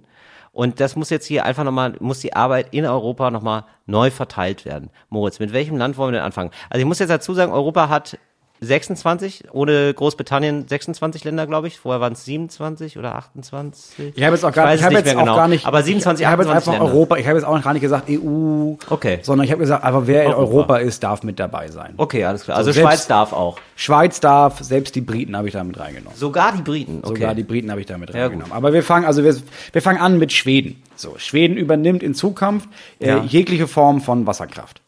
S1: Und das muss jetzt hier einfach nochmal, muss die Arbeit in Europa nochmal neu verteilt werden. Moritz, mit welchem Land wollen wir denn anfangen? Also ich muss jetzt dazu sagen, Europa hat 26, ohne Großbritannien 26 Länder, glaube ich. Vorher waren es 27 oder 28.
S2: Ich habe jetzt auch gar,
S1: weiß
S2: ich
S1: es
S2: habe
S1: nicht
S2: jetzt
S1: mehr
S2: auch
S1: genau.
S2: gar nicht.
S1: Aber 27,
S2: ich habe jetzt
S1: 28
S2: einfach
S1: Länder.
S2: Europa. Ich habe jetzt auch gar nicht gesagt EU.
S1: Okay.
S2: Sondern ich habe gesagt, einfach wer in
S1: Europa.
S2: Europa ist, darf mit dabei sein.
S1: Okay, alles klar. Also
S2: selbst-
S1: Schweiz darf auch.
S2: Schweiz darf, selbst die Briten habe ich damit reingenommen.
S1: Sogar die Briten. Okay.
S2: Sogar die Briten habe ich damit
S1: Ja,
S2: reingenommen. Aber wir fangen, also wir, wir fangen an mit Schweden. So, Schweden übernimmt in Zukunft äh,
S1: Ja.
S2: jegliche Form von Wasserkraft.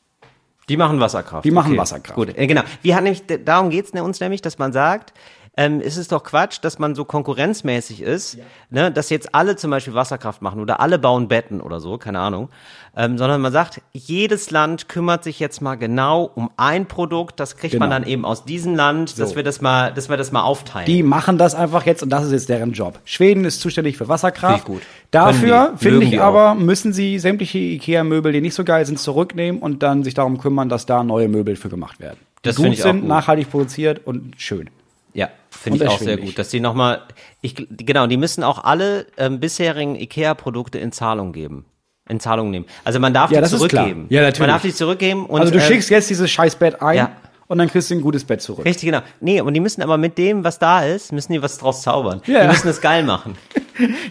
S1: Die machen Wasserkraft.
S2: Die machen Wasserkraft.
S1: Gut, äh, genau. Wir haben nämlich, d- darum geht's ne, uns nämlich, dass man sagt, ähm, ist es doch Quatsch, dass man so konkurrenzmäßig ist, ne, dass jetzt alle zum Beispiel Wasserkraft machen oder alle bauen Betten oder so, keine Ahnung, ähm, sondern man sagt, jedes Land kümmert sich jetzt mal genau um ein Produkt, das kriegt man
S2: Genau.
S1: dann eben aus diesem Land, dass wir das mal, dass wir das mal aufteilen.
S2: Die machen das einfach jetzt und das ist jetzt deren Job. Schweden ist zuständig für Wasserkraft.
S1: Finde ich gut.
S2: Dafür,
S1: Können die.
S2: finde
S1: Mögen
S2: ich
S1: die
S2: aber, müssen sie sämtliche IKEA-Möbel, die nicht so geil sind, zurücknehmen und dann sich darum kümmern, dass da neue Möbel für gemacht werden. Die
S1: Das
S2: gut
S1: finde ich auch
S2: sind,
S1: gut.
S2: nachhaltig produziert und schön.
S1: Ja, finde ich auch sehr
S2: Unerschwinglich.
S1: gut, dass die nochmal, ich, gl- genau, die müssen auch alle ähm, bisherigen Ikea-Produkte in Zahlung geben, in Zahlung nehmen. Also man darf
S2: Ja,
S1: die
S2: das ist
S1: zurückgeben.
S2: klar. Ja, natürlich.
S1: Man darf die zurückgeben und
S2: also du
S1: ähm,
S2: schickst jetzt dieses Scheißbett ein
S1: Ja.
S2: und dann kriegst du ein gutes Bett zurück.
S1: richtig genau. Nee, und die müssen aber mit dem, was da ist, müssen die was draus zaubern.
S2: Ja.
S1: Die müssen es geil machen.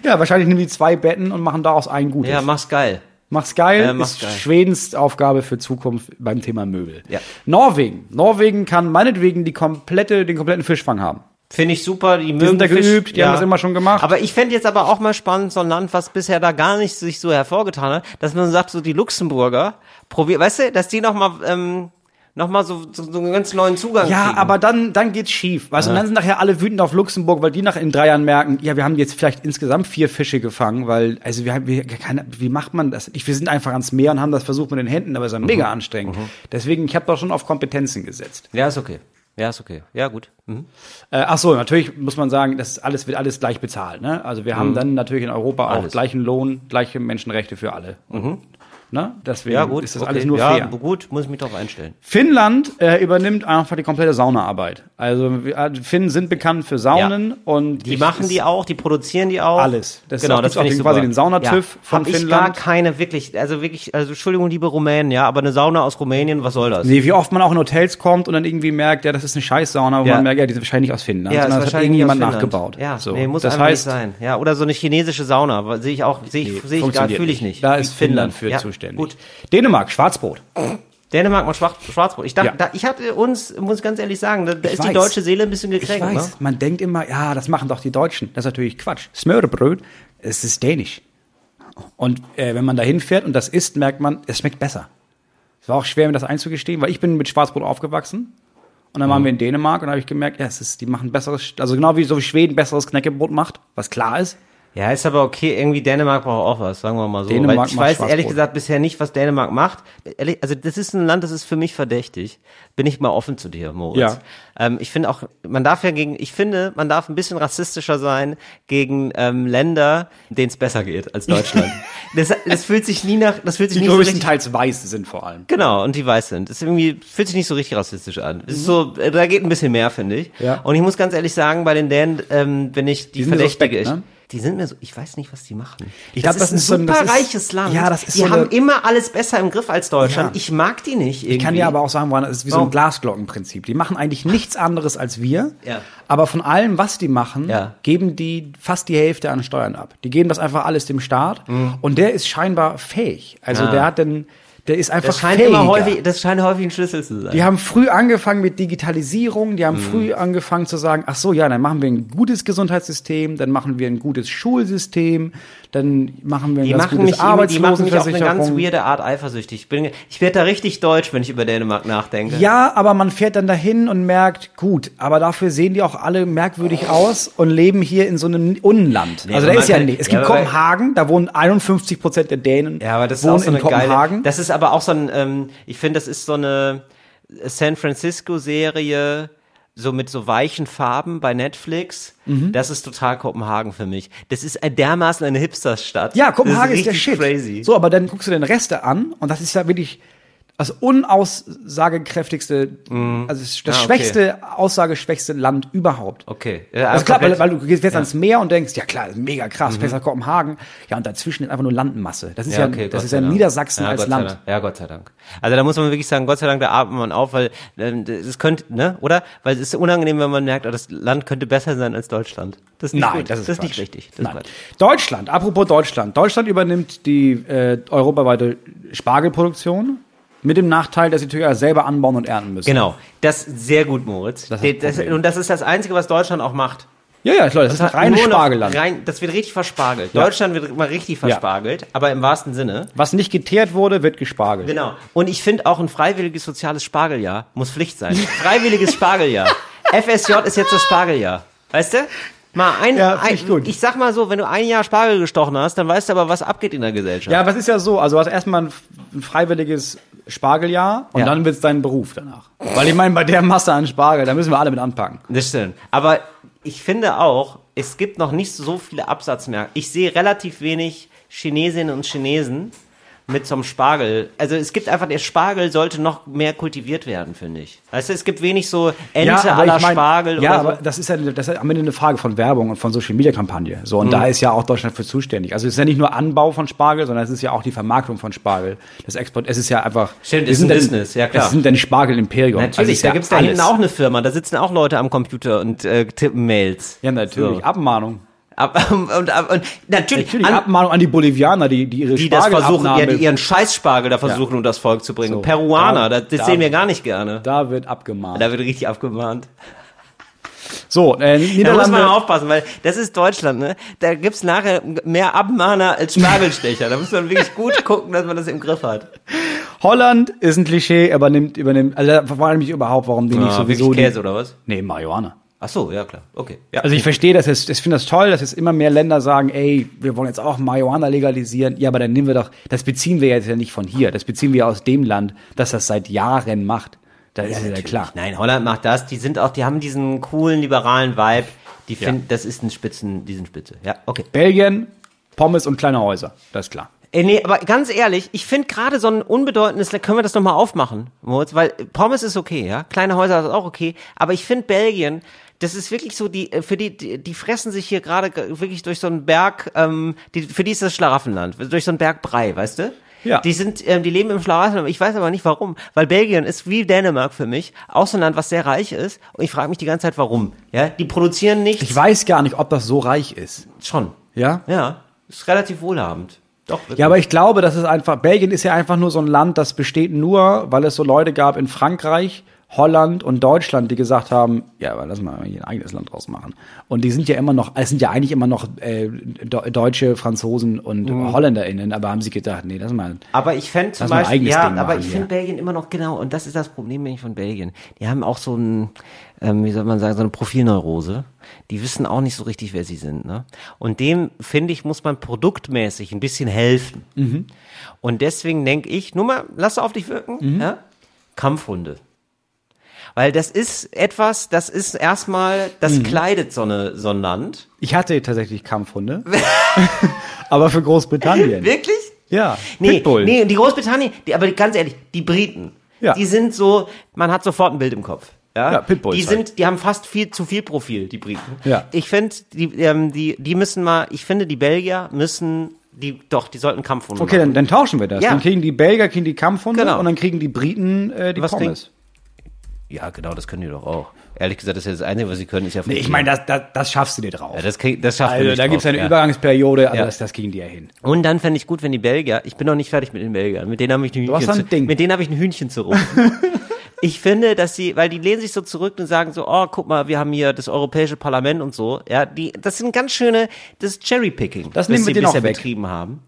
S2: Ja, wahrscheinlich nehmen die zwei Betten und machen daraus ein gutes.
S1: Ja, mach's geil.
S2: Mach's geil,
S1: Ja, mach's
S2: ist
S1: geil.
S2: Schwedens Aufgabe für Zukunft beim Thema Möbel.
S1: Ja.
S2: Norwegen. Norwegen kann meinetwegen die komplette, den kompletten Fischfang haben.
S1: Finde ich super, die mögen
S2: sind da
S1: Fisch,
S2: geübt, die haben das immer schon gemacht.
S1: Aber ich fände jetzt aber auch mal spannend, so ein Land, was bisher da gar nicht sich so hervorgetan hat, dass man sagt, so die Luxemburger, probier, weißt du, dass die nochmal, ähm, nochmal so, so, so einen ganz neuen Zugang
S2: Ja,
S1: kriegen.
S2: aber dann, dann geht's schief. Weißt, du, und dann sind nachher alle wütend auf Luxemburg, weil die nach in drei Jahren merken, ja, wir haben jetzt vielleicht insgesamt vier Fische gefangen, weil, also wir haben, wir, keine, wie macht man das? Ich, wir sind einfach ans Meer und haben das versucht mit den Händen, aber es ist ja
S1: Mhm.
S2: mega anstrengend. Deswegen, ich habe doch schon auf Kompetenzen gesetzt.
S1: Ja, ist okay. Ja, ist okay. Ja, gut. Mhm.
S2: Äh, ach so, natürlich muss man sagen, das ist alles wird alles gleich bezahlt. Ne? Also wir haben dann natürlich in Europa auch
S1: Mhm. Alles. Mhm.
S2: gleichen Lohn, gleiche Menschenrechte für alle. Und, ne? Deswegen
S1: Ja, gut.
S2: ist das
S1: okay.
S2: alles nur
S1: ja,
S2: fair.
S1: gut, muss ich mich drauf einstellen.
S2: Finnland äh, übernimmt einfach die komplette Saunaarbeit. Also wir- äh, Finnen sind bekannt für Saunen und
S1: Die machen die auch, die produzieren die auch.
S2: Alles. Das
S1: Das genau,
S2: ist-
S1: das
S2: gibt's auch
S1: finde ich
S2: den-
S1: super.
S2: quasi den Saunatüff von
S1: Hab ich gar
S2: Finnland.
S1: keine wirklich, also wirklich, also Entschuldigung, liebe Rumänen, ja, aber eine Sauna aus Rumänien, was soll das?
S2: Nee, wie oft man auch in Hotels kommt und dann irgendwie merkt, ja, das ist eine Scheißsauna, wo
S1: Ja.
S2: man merkt, ja, die sind wahrscheinlich aus Finnland,
S1: Ja, ist
S2: sondern das hat
S1: wahrscheinlich
S2: irgendjemand
S1: aus Finnland.
S2: nachgebaut.
S1: Ja,
S2: so.
S1: nee, muss
S2: das
S1: einfach
S2: heißt,
S1: nicht sein. Ja, oder so eine chinesische Sauna, aber sehe ich auch, sehe ich, sehe ich gar,
S2: funktioniert
S1: fühle ich
S2: nicht.
S1: nicht.
S2: Da ist Finnland, für
S1: ja,
S2: zuständig.
S1: Gut.
S2: Dänemark, Schwarzbrot.
S1: Dänemark und Schwarz, Schwarzbrot. Ich dachte,
S2: Ja.
S1: da, ich hatte uns, muss ganz ehrlich sagen, da, da
S2: Ich
S1: ist
S2: weiß.
S1: die deutsche Seele ein bisschen
S2: Ich
S1: gekränkt.
S2: weiß,
S1: Ne?
S2: man denkt immer, ja, das machen doch die Deutschen. Das ist natürlich Quatsch. Smörrebröt, es ist dänisch. Und äh, wenn man da hinfährt und das isst, merkt man, es schmeckt besser. Es war auch schwer, mir das einzugestehen, weil ich bin mit Schwarzbrot aufgewachsen. Und dann waren wir in Dänemark und da habe ich gemerkt, ja, es ist, die machen besseres, also genau wie so wie Schweden besseres Knäckebrot macht, was klar ist.
S1: Ja, ist aber okay. Irgendwie Dänemark braucht auch was, sagen wir mal so.
S2: Dänemark
S1: Weil ich
S2: macht
S1: weiß ehrlich
S2: Schwarzbrot.
S1: gesagt bisher nicht, was Dänemark macht. Ehrlich, also das ist ein Land, das ist für mich verdächtig. Bin ich mal offen zu dir, Moritz.
S2: Ja.
S1: Ähm, ich finde auch, man darf ja gegen, ich finde, man darf ein bisschen rassistischer sein gegen ähm, Länder, denen es besser geht als Deutschland.
S2: [LAUGHS]
S1: das, das fühlt sich nie nach, das fühlt sich
S2: Die
S1: nie so richtig
S2: größtenteils weiß sind vor allem.
S1: Genau, und die weiß sind. Das ist irgendwie, fühlt sich nicht so richtig rassistisch an. Es ist so, äh, da geht ein bisschen mehr, finde ich.
S2: Ja.
S1: Und ich muss ganz ehrlich sagen, bei den Dänen, ähm, wenn ich die,
S2: Die sind mir
S1: verdächtige,
S2: suspekt,
S1: ich,
S2: ne?
S1: die sind mir so, ich weiß nicht, was die machen.
S2: Ich glaub, das ist so ein- das ist-
S1: superreiches Land.
S2: Ja, das ist
S1: die
S2: so eine-
S1: haben immer alles besser im Griff als Deutschland.
S2: Ja.
S1: Ich mag die nicht irgendwie.
S2: Ich kann dir aber auch sagen, woran das ist wie so
S1: Oh.
S2: ein Glasglockenprinzip. Die machen eigentlich nichts anderes als wir,
S1: Ja.
S2: aber von allem, was die machen,
S1: Ja.
S2: geben die fast die Hälfte an Steuern ab. Die geben das einfach alles dem Staat
S1: Mhm.
S2: und der ist scheinbar fähig. Also
S1: Ah.
S2: der hat dann, der ist einfach
S1: das scheint
S2: fähiger.
S1: immer häufig, das scheint häufig ein Schlüssel zu sein.
S2: Die haben früh angefangen mit Digitalisierung,
S1: Mhm.
S2: die haben früh angefangen zu sagen, ach so, ja, dann machen wir ein gutes Gesundheitssystem, dann machen wir ein gutes Schulsystem, dann machen wir ein
S1: Die
S2: ganz
S1: machen,
S2: gutes
S1: mich, irgendwie- die machen mich auf eine ganz
S2: Arbeitslosenversicherung.
S1: weirde Art eifersüchtig. Ich, bin, ich werde da richtig deutsch, wenn ich über Dänemark nachdenke.
S2: Ja, aber man fährt dann dahin und merkt, gut, aber dafür sehen die auch alle merkwürdig aus und leben hier in so einem Unland. also da
S1: aber
S2: ist
S1: man
S2: ja
S1: kann-
S2: nicht. Es
S1: ja,
S2: gibt
S1: aber-
S2: Kopenhagen, da wohnen 51 Prozent der Dänen
S1: Ja, aber das ist
S2: wohnen
S1: auch so
S2: in
S1: eine geile.
S2: Kopenhagen.
S1: Das ist aber auch so ein, ähm, ich finde, das ist so eine San Francisco-Serie, so mit so weichen Farben bei Netflix.
S2: Mhm.
S1: Das ist total Kopenhagen für mich. Das ist ein- dermaßen eine Hipsterstadt.
S2: ja, Kopenhagen
S1: das
S2: ist, der
S1: richtig
S2: Shit.
S1: Crazy.
S2: So, aber dann guckst du den Reste an und das ist ja wirklich das unaussagekräftigste, also das das
S1: Ah, okay.
S2: schwächste, aussageschwächste Land überhaupt.
S1: Okay.
S2: Also klar, weil, weil du gehst jetzt ans Meer und denkst, ja klar, mega
S1: Mhm.
S2: krass, besser Kopenhagen. Ja, und dazwischen ist einfach nur Landmasse. Das ist ja,
S1: okay,
S2: das
S1: Gott
S2: ist
S1: sei
S2: ja
S1: Dank.
S2: Niedersachsen
S1: Ja,
S2: als
S1: Gott sei
S2: Land.
S1: Dank. Ja, Gott sei Dank. Also da muss man wirklich sagen, Gott sei Dank, da atmet man auf, weil ähm, es könnte, ne, oder? Weil es ist unangenehm, wenn man merkt, oh, das Land könnte besser sein als Deutschland. Das ist nicht
S2: Nein,
S1: gut.
S2: das ist,
S1: das ist nicht
S2: Quatsch.
S1: richtig. Das ist
S2: Nein.
S1: Quatsch.
S2: Deutschland, apropos Deutschland. Deutschland übernimmt die äh, europaweite Spargelproduktion mit dem Nachteil, dass sie natürlich auch selber anbauen und ernten müssen.
S1: Genau, das sehr gut, Moritz.
S2: Das
S1: Das
S2: ist das
S1: das,
S2: Problem.
S1: und das ist das Einzige, was Deutschland auch macht.
S2: Ja, ja, Leute, das, ist ein reines
S1: Nur noch
S2: Spargelland.
S1: Rein, das wird richtig verspargelt.
S2: Ja.
S1: Deutschland wird mal richtig verspargelt, aber im wahrsten Sinne.
S2: Was nicht geteert wurde, wird gespargelt. [LAUGHS]
S1: Genau. Und ich finde auch ein freiwilliges soziales Spargeljahr muss Pflicht sein. Freiwilliges Spargeljahr. FSJ ist jetzt das Spargeljahr. Weißt du? Mal ein,
S2: Ja, finde
S1: ein
S2: ich gut.
S1: ich sag mal so, wenn du ein Jahr Spargel gestochen hast, dann weißt du aber, was abgeht in der Gesellschaft.
S2: Ja, aber es ist ja so, also du hast erstmal ein, ein freiwilliges Spargeljahr und
S1: Ja.
S2: dann wird's dein Beruf danach. Weil ich meine, bei der Masse an Spargel, da müssen wir alle mit anpacken.
S1: Das stimmt. Aber ich finde auch, es gibt noch nicht so viele Absatzmärkte. Ich sehe relativ wenig Chinesinnen und Chinesen mit zum Spargel. Also es gibt einfach, der Spargel sollte noch mehr kultiviert werden, finde ich. Weißt du, es gibt wenig so Ente
S2: aber
S1: aller
S2: ich mein-
S1: Spargel
S2: Ja,
S1: oder
S2: aber
S1: so.
S2: das ist ja das ist ja am Ende eine Frage von Werbung und von Social Media Kampagne. So
S1: Mhm.
S2: und da ist ja auch Deutschland für zuständig. Also es ist ja nicht nur Anbau von Spargel, sondern es ist ja auch die Vermarktung von Spargel. Das Export, es ist ja einfach
S1: Stimmt,
S2: wir
S1: ist ein
S2: dann-
S1: Business, ja, klar.
S2: Wir sind ein Spargel Also, Imperium.
S1: Natürlich, da gibt's da hinten auch eine Firma, da sitzen auch Leute am Computer und äh, tippen Mails.
S2: ja, natürlich.
S1: So.
S2: Abmahnung.
S1: Ab, [LAUGHS] und, und, und natürlich,
S2: Natürlich
S1: an,
S2: Abmahnung an die Bolivianer, die, die ihre
S1: die das versuchen, ja,
S2: Spargelabnahme-
S1: die ihren Scheißspargel da versuchen, um das Volk zu bringen.
S2: So.
S1: Peruaner,
S2: Da-
S1: das, das
S2: da-
S1: sehen wir gar nicht gerne.
S2: Da wird abgemahnt.
S1: Da wird richtig abgemahnt.
S2: so, äh,
S1: Da muss
S2: Niederlande.
S1: man aufpassen, weil das ist Deutschland, ne? Da gibt's nachher mehr Abmahner als Spargelstecher. Da muss man wirklich gut gucken, dass man das im Griff hat.
S2: Holland ist ein Klischee, aber nimmt, übernimmt, also da frage ich mich überhaupt, warum die nicht
S1: Ah,
S2: sowieso.
S1: wirklich Käse
S2: die,
S1: oder was?
S2: Nee, Marihuana.
S1: Ach so, ja klar. Okay. Ja.
S2: Also ich verstehe das jetzt, ich finde das toll, dass jetzt immer mehr Länder sagen, ey, wir wollen jetzt auch Marihuana legalisieren. Ja, aber dann nehmen wir doch, das beziehen wir jetzt ja nicht von hier, das beziehen wir aus dem Land, das das seit Jahren macht. Da ist es ja klar.
S1: Nein, Holland macht das. Die sind auch, die haben diesen coolen liberalen Vibe. Die finden, das ist ein Spitzen, die sind Spitze. Ja, okay.
S2: Belgien, Pommes und kleine Häuser, das ist klar.
S1: Ey, Äh, nee, aber ganz ehrlich, ich finde gerade so ein unbedeutendes, können wir das nochmal aufmachen, Moritz, weil äh, Pommes ist okay, ja, kleine Häuser ist auch okay, aber ich finde Belgien, das ist wirklich so, die, äh, für die, die, die fressen sich hier gerade g- wirklich durch so einen Berg, ähm, die, für die ist das Schlaraffenland, durch so einen Berg Brei, weißt du?
S2: Ja.
S1: Die sind, ähm, die leben im Schlaraffenland, ich weiß aber nicht warum, weil Belgien ist wie Dänemark für mich, auch so ein Land, was sehr reich ist, und ich frage mich die ganze Zeit, warum, ja, die produzieren nichts,
S2: Ich weiß gar nicht, ob das so reich ist.
S1: schon,
S2: Ja?
S1: ja, ist relativ wohlhabend. Doch,
S2: Ja, aber ich glaube, das ist einfach, Belgien ist ja einfach nur so ein Land, das besteht nur, weil es so Leute gab in Frankreich, Holland und Deutschland, die gesagt haben, ja, aber lass mal hier ein eigenes Land draus machen. Und die sind ja immer noch, es sind ja eigentlich immer noch äh, Do Deutsche, Franzosen und
S1: Mhm.
S2: HolländerInnen, aber haben sie gedacht, nee, lass mal.
S1: Aber ich fände zum
S2: Lass mal ein
S1: Beispiel,
S2: eigenes
S1: ja,
S2: Ding
S1: aber
S2: machen
S1: ich
S2: hier.
S1: finde Belgien immer noch genau, und das ist das Problem nämlich von Belgien. Die haben auch so ein, ähm, wie soll man sagen, so eine Profilneurose. Die wissen auch nicht so richtig, wer sie sind. Ne? Und dem, finde ich, muss man produktmäßig ein bisschen helfen.
S2: Mhm.
S1: Und deswegen denke ich, nur mal, lass auf dich
S2: Mhm.
S1: wirken, ja? Kampfhunde. Weil das ist etwas, das ist erstmal, das
S2: Mhm.
S1: kleidet so, eine, so ein Land.
S2: Ich hatte tatsächlich Kampfhunde, [LAUGHS] aber für Großbritannien.
S1: Wirklich?
S2: Ja,
S1: Nee,
S2: Pitbull.
S1: nee, die Großbritannien, die, aber ganz ehrlich, die Briten,
S2: Ja.
S1: die sind so, man hat sofort ein Bild im Kopf. Ja,
S2: Ja, Pitbulls
S1: Die
S2: halt.
S1: sind, die haben fast viel zu viel Profil, die Briten.
S2: Ja.
S1: Ich finde, die, ähm, die, die müssen mal, ich finde, die Belgier müssen, die, doch, die sollten Kampfhunde
S2: Okay,
S1: machen.
S2: dann, dann tauschen wir das.
S1: Ja.
S2: Dann kriegen die Belgier kriegen die Kampfhunde
S1: Genau.
S2: und dann kriegen die Briten äh, die
S1: Was
S2: Pommes.
S1: Ja, genau, das können die doch auch. Ehrlich gesagt, das ist ja das Einzige, was sie können, ist ja
S2: Nee, ich meine, das, das, das schaffst du dir drauf.
S1: ja, das, krieg, das schaffen wir
S2: Also
S1: nicht
S2: da gibt es
S1: drauf,
S2: eine
S1: ja.
S2: Übergangsperiode, aber
S1: Ja.
S2: das, das ging dir hin.
S1: Und dann fände ich gut, wenn die Belgier, ich bin noch nicht fertig mit den Belgiern, mit denen habe ich ein
S2: hast
S1: Hühnchen,
S2: da ein
S1: zu,
S2: Ding.
S1: mit denen habe ich ein Hühnchen zu
S2: [LAUGHS]
S1: rufen. ich finde, dass sie, weil die lehnen sich so zurück und sagen so, oh, guck mal, wir haben hier das Europäische Parlament und so, ja, die, das sind ganz schöne, das Cherrypicking,
S2: Das nehmen
S1: was sie
S2: wir denen auch
S1: bisher
S2: weg.
S1: betrieben haben.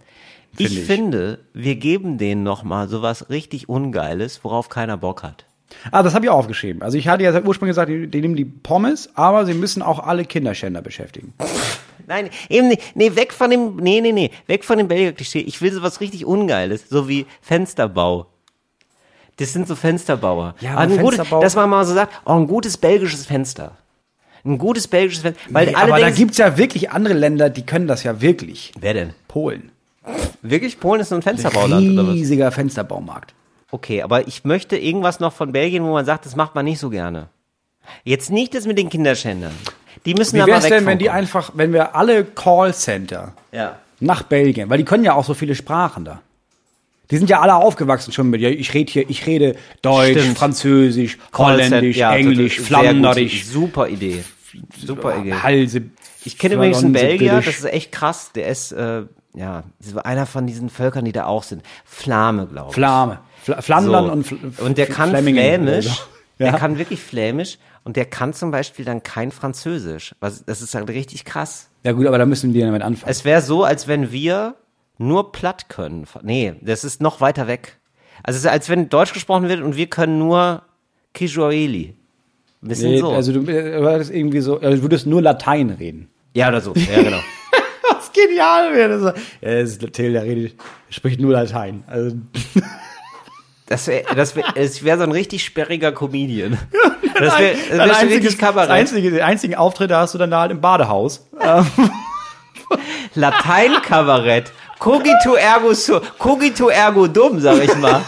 S1: ich,
S2: ich.
S1: finde, wir geben denen nochmal sowas richtig Ungeiles, worauf keiner Bock hat.
S2: Ah, das habe ich auch aufgeschrieben. Also ich hatte ja ursprünglich gesagt, die, die nehmen die Pommes, aber sie müssen auch alle Kinderschänder beschäftigen.
S1: Nein, eben nicht. Nee, weg von dem, nee, nee, nee, weg von dem Belgier-Klischee. Ich will sowas richtig Ungeiles, so wie Fensterbau. Das sind so Fensterbauer.
S2: Ja,
S1: Ah,
S2: aber
S1: ein
S2: Fensterbau-
S1: gutes, dass man mal so sagt, oh, ein gutes belgisches Fenster. Ein gutes belgisches Fenster. Weil
S2: Nee,
S1: alle
S2: aber da
S1: denken,
S2: gibt es ja wirklich andere Länder, die können das ja wirklich.
S1: wer denn?
S2: Polen.
S1: Wirklich? Polen ist so ein Fensterbauland oder was?
S2: Riesiger Fensterbaumarkt.
S1: Okay, aber ich möchte irgendwas noch von Belgien, wo man sagt, das macht man nicht so gerne. Jetzt nicht das mit den Kinderschändern. Die müssen
S2: Wie
S1: da mal
S2: wäre
S1: weg
S2: es denn,
S1: von
S2: wenn die
S1: kommen.
S2: einfach, wenn wir alle Callcenter
S1: Ja.
S2: nach Belgien, weil die können ja auch so viele Sprachen da. Die sind ja alle aufgewachsen schon mit, ja, ich rede hier, ich rede Deutsch,
S1: Stimmt.
S2: Französisch, Holländisch,
S1: Ja, total.
S2: Englisch,
S1: Sehr gut.
S2: Flanderisch,
S1: Super Idee. Super Idee.
S2: Halse.
S1: Ich kenne übrigens einen
S2: Flandern,
S1: Belgier,
S2: Britisch.
S1: das ist echt krass. Der ist, äh, ja, so einer von diesen Völkern, die da auch sind. Flame, glaube ich.
S2: Flamme. Fl Flandern
S1: So.
S2: und Fl
S1: und der kann
S2: Flemingen oder
S1: Flämisch.
S2: so.
S1: Der
S2: [LAUGHS] Ja.
S1: kann wirklich Flämisch und der kann zum Beispiel dann kein Französisch. Was, das ist halt richtig krass.
S2: Ja gut, aber da müssen wir damit anfangen.
S1: Es wäre so, als wenn wir nur platt können. Nee, das ist noch weiter weg. Also es ist, als wenn Deutsch gesprochen wird und wir können nur Kijueli. Ein bisschen so.
S2: Also du äh, würdest irgendwie so, also du würdest nur Latein reden.
S1: ja, oder so. Ja, genau.
S2: Das ist genial. wäre Das ja, das ist Till, der redet, spricht nur Latein.
S1: [LAUGHS]
S2: Also,
S1: Das wäre das wär, es wär so ein richtig sperriger
S2: [LAUGHS]
S1: Comedian. Das wäre
S2: Dein
S1: wär so
S2: einziges-
S1: richtig Kabarett.
S2: das einzige, den einzigen Auftritt hast du dann da halt im Badehaus.
S1: Latein-Kabarett. Cogito ergo, su- cogito ergo dum, sag ich
S2: [LAUGHS]
S1: mal.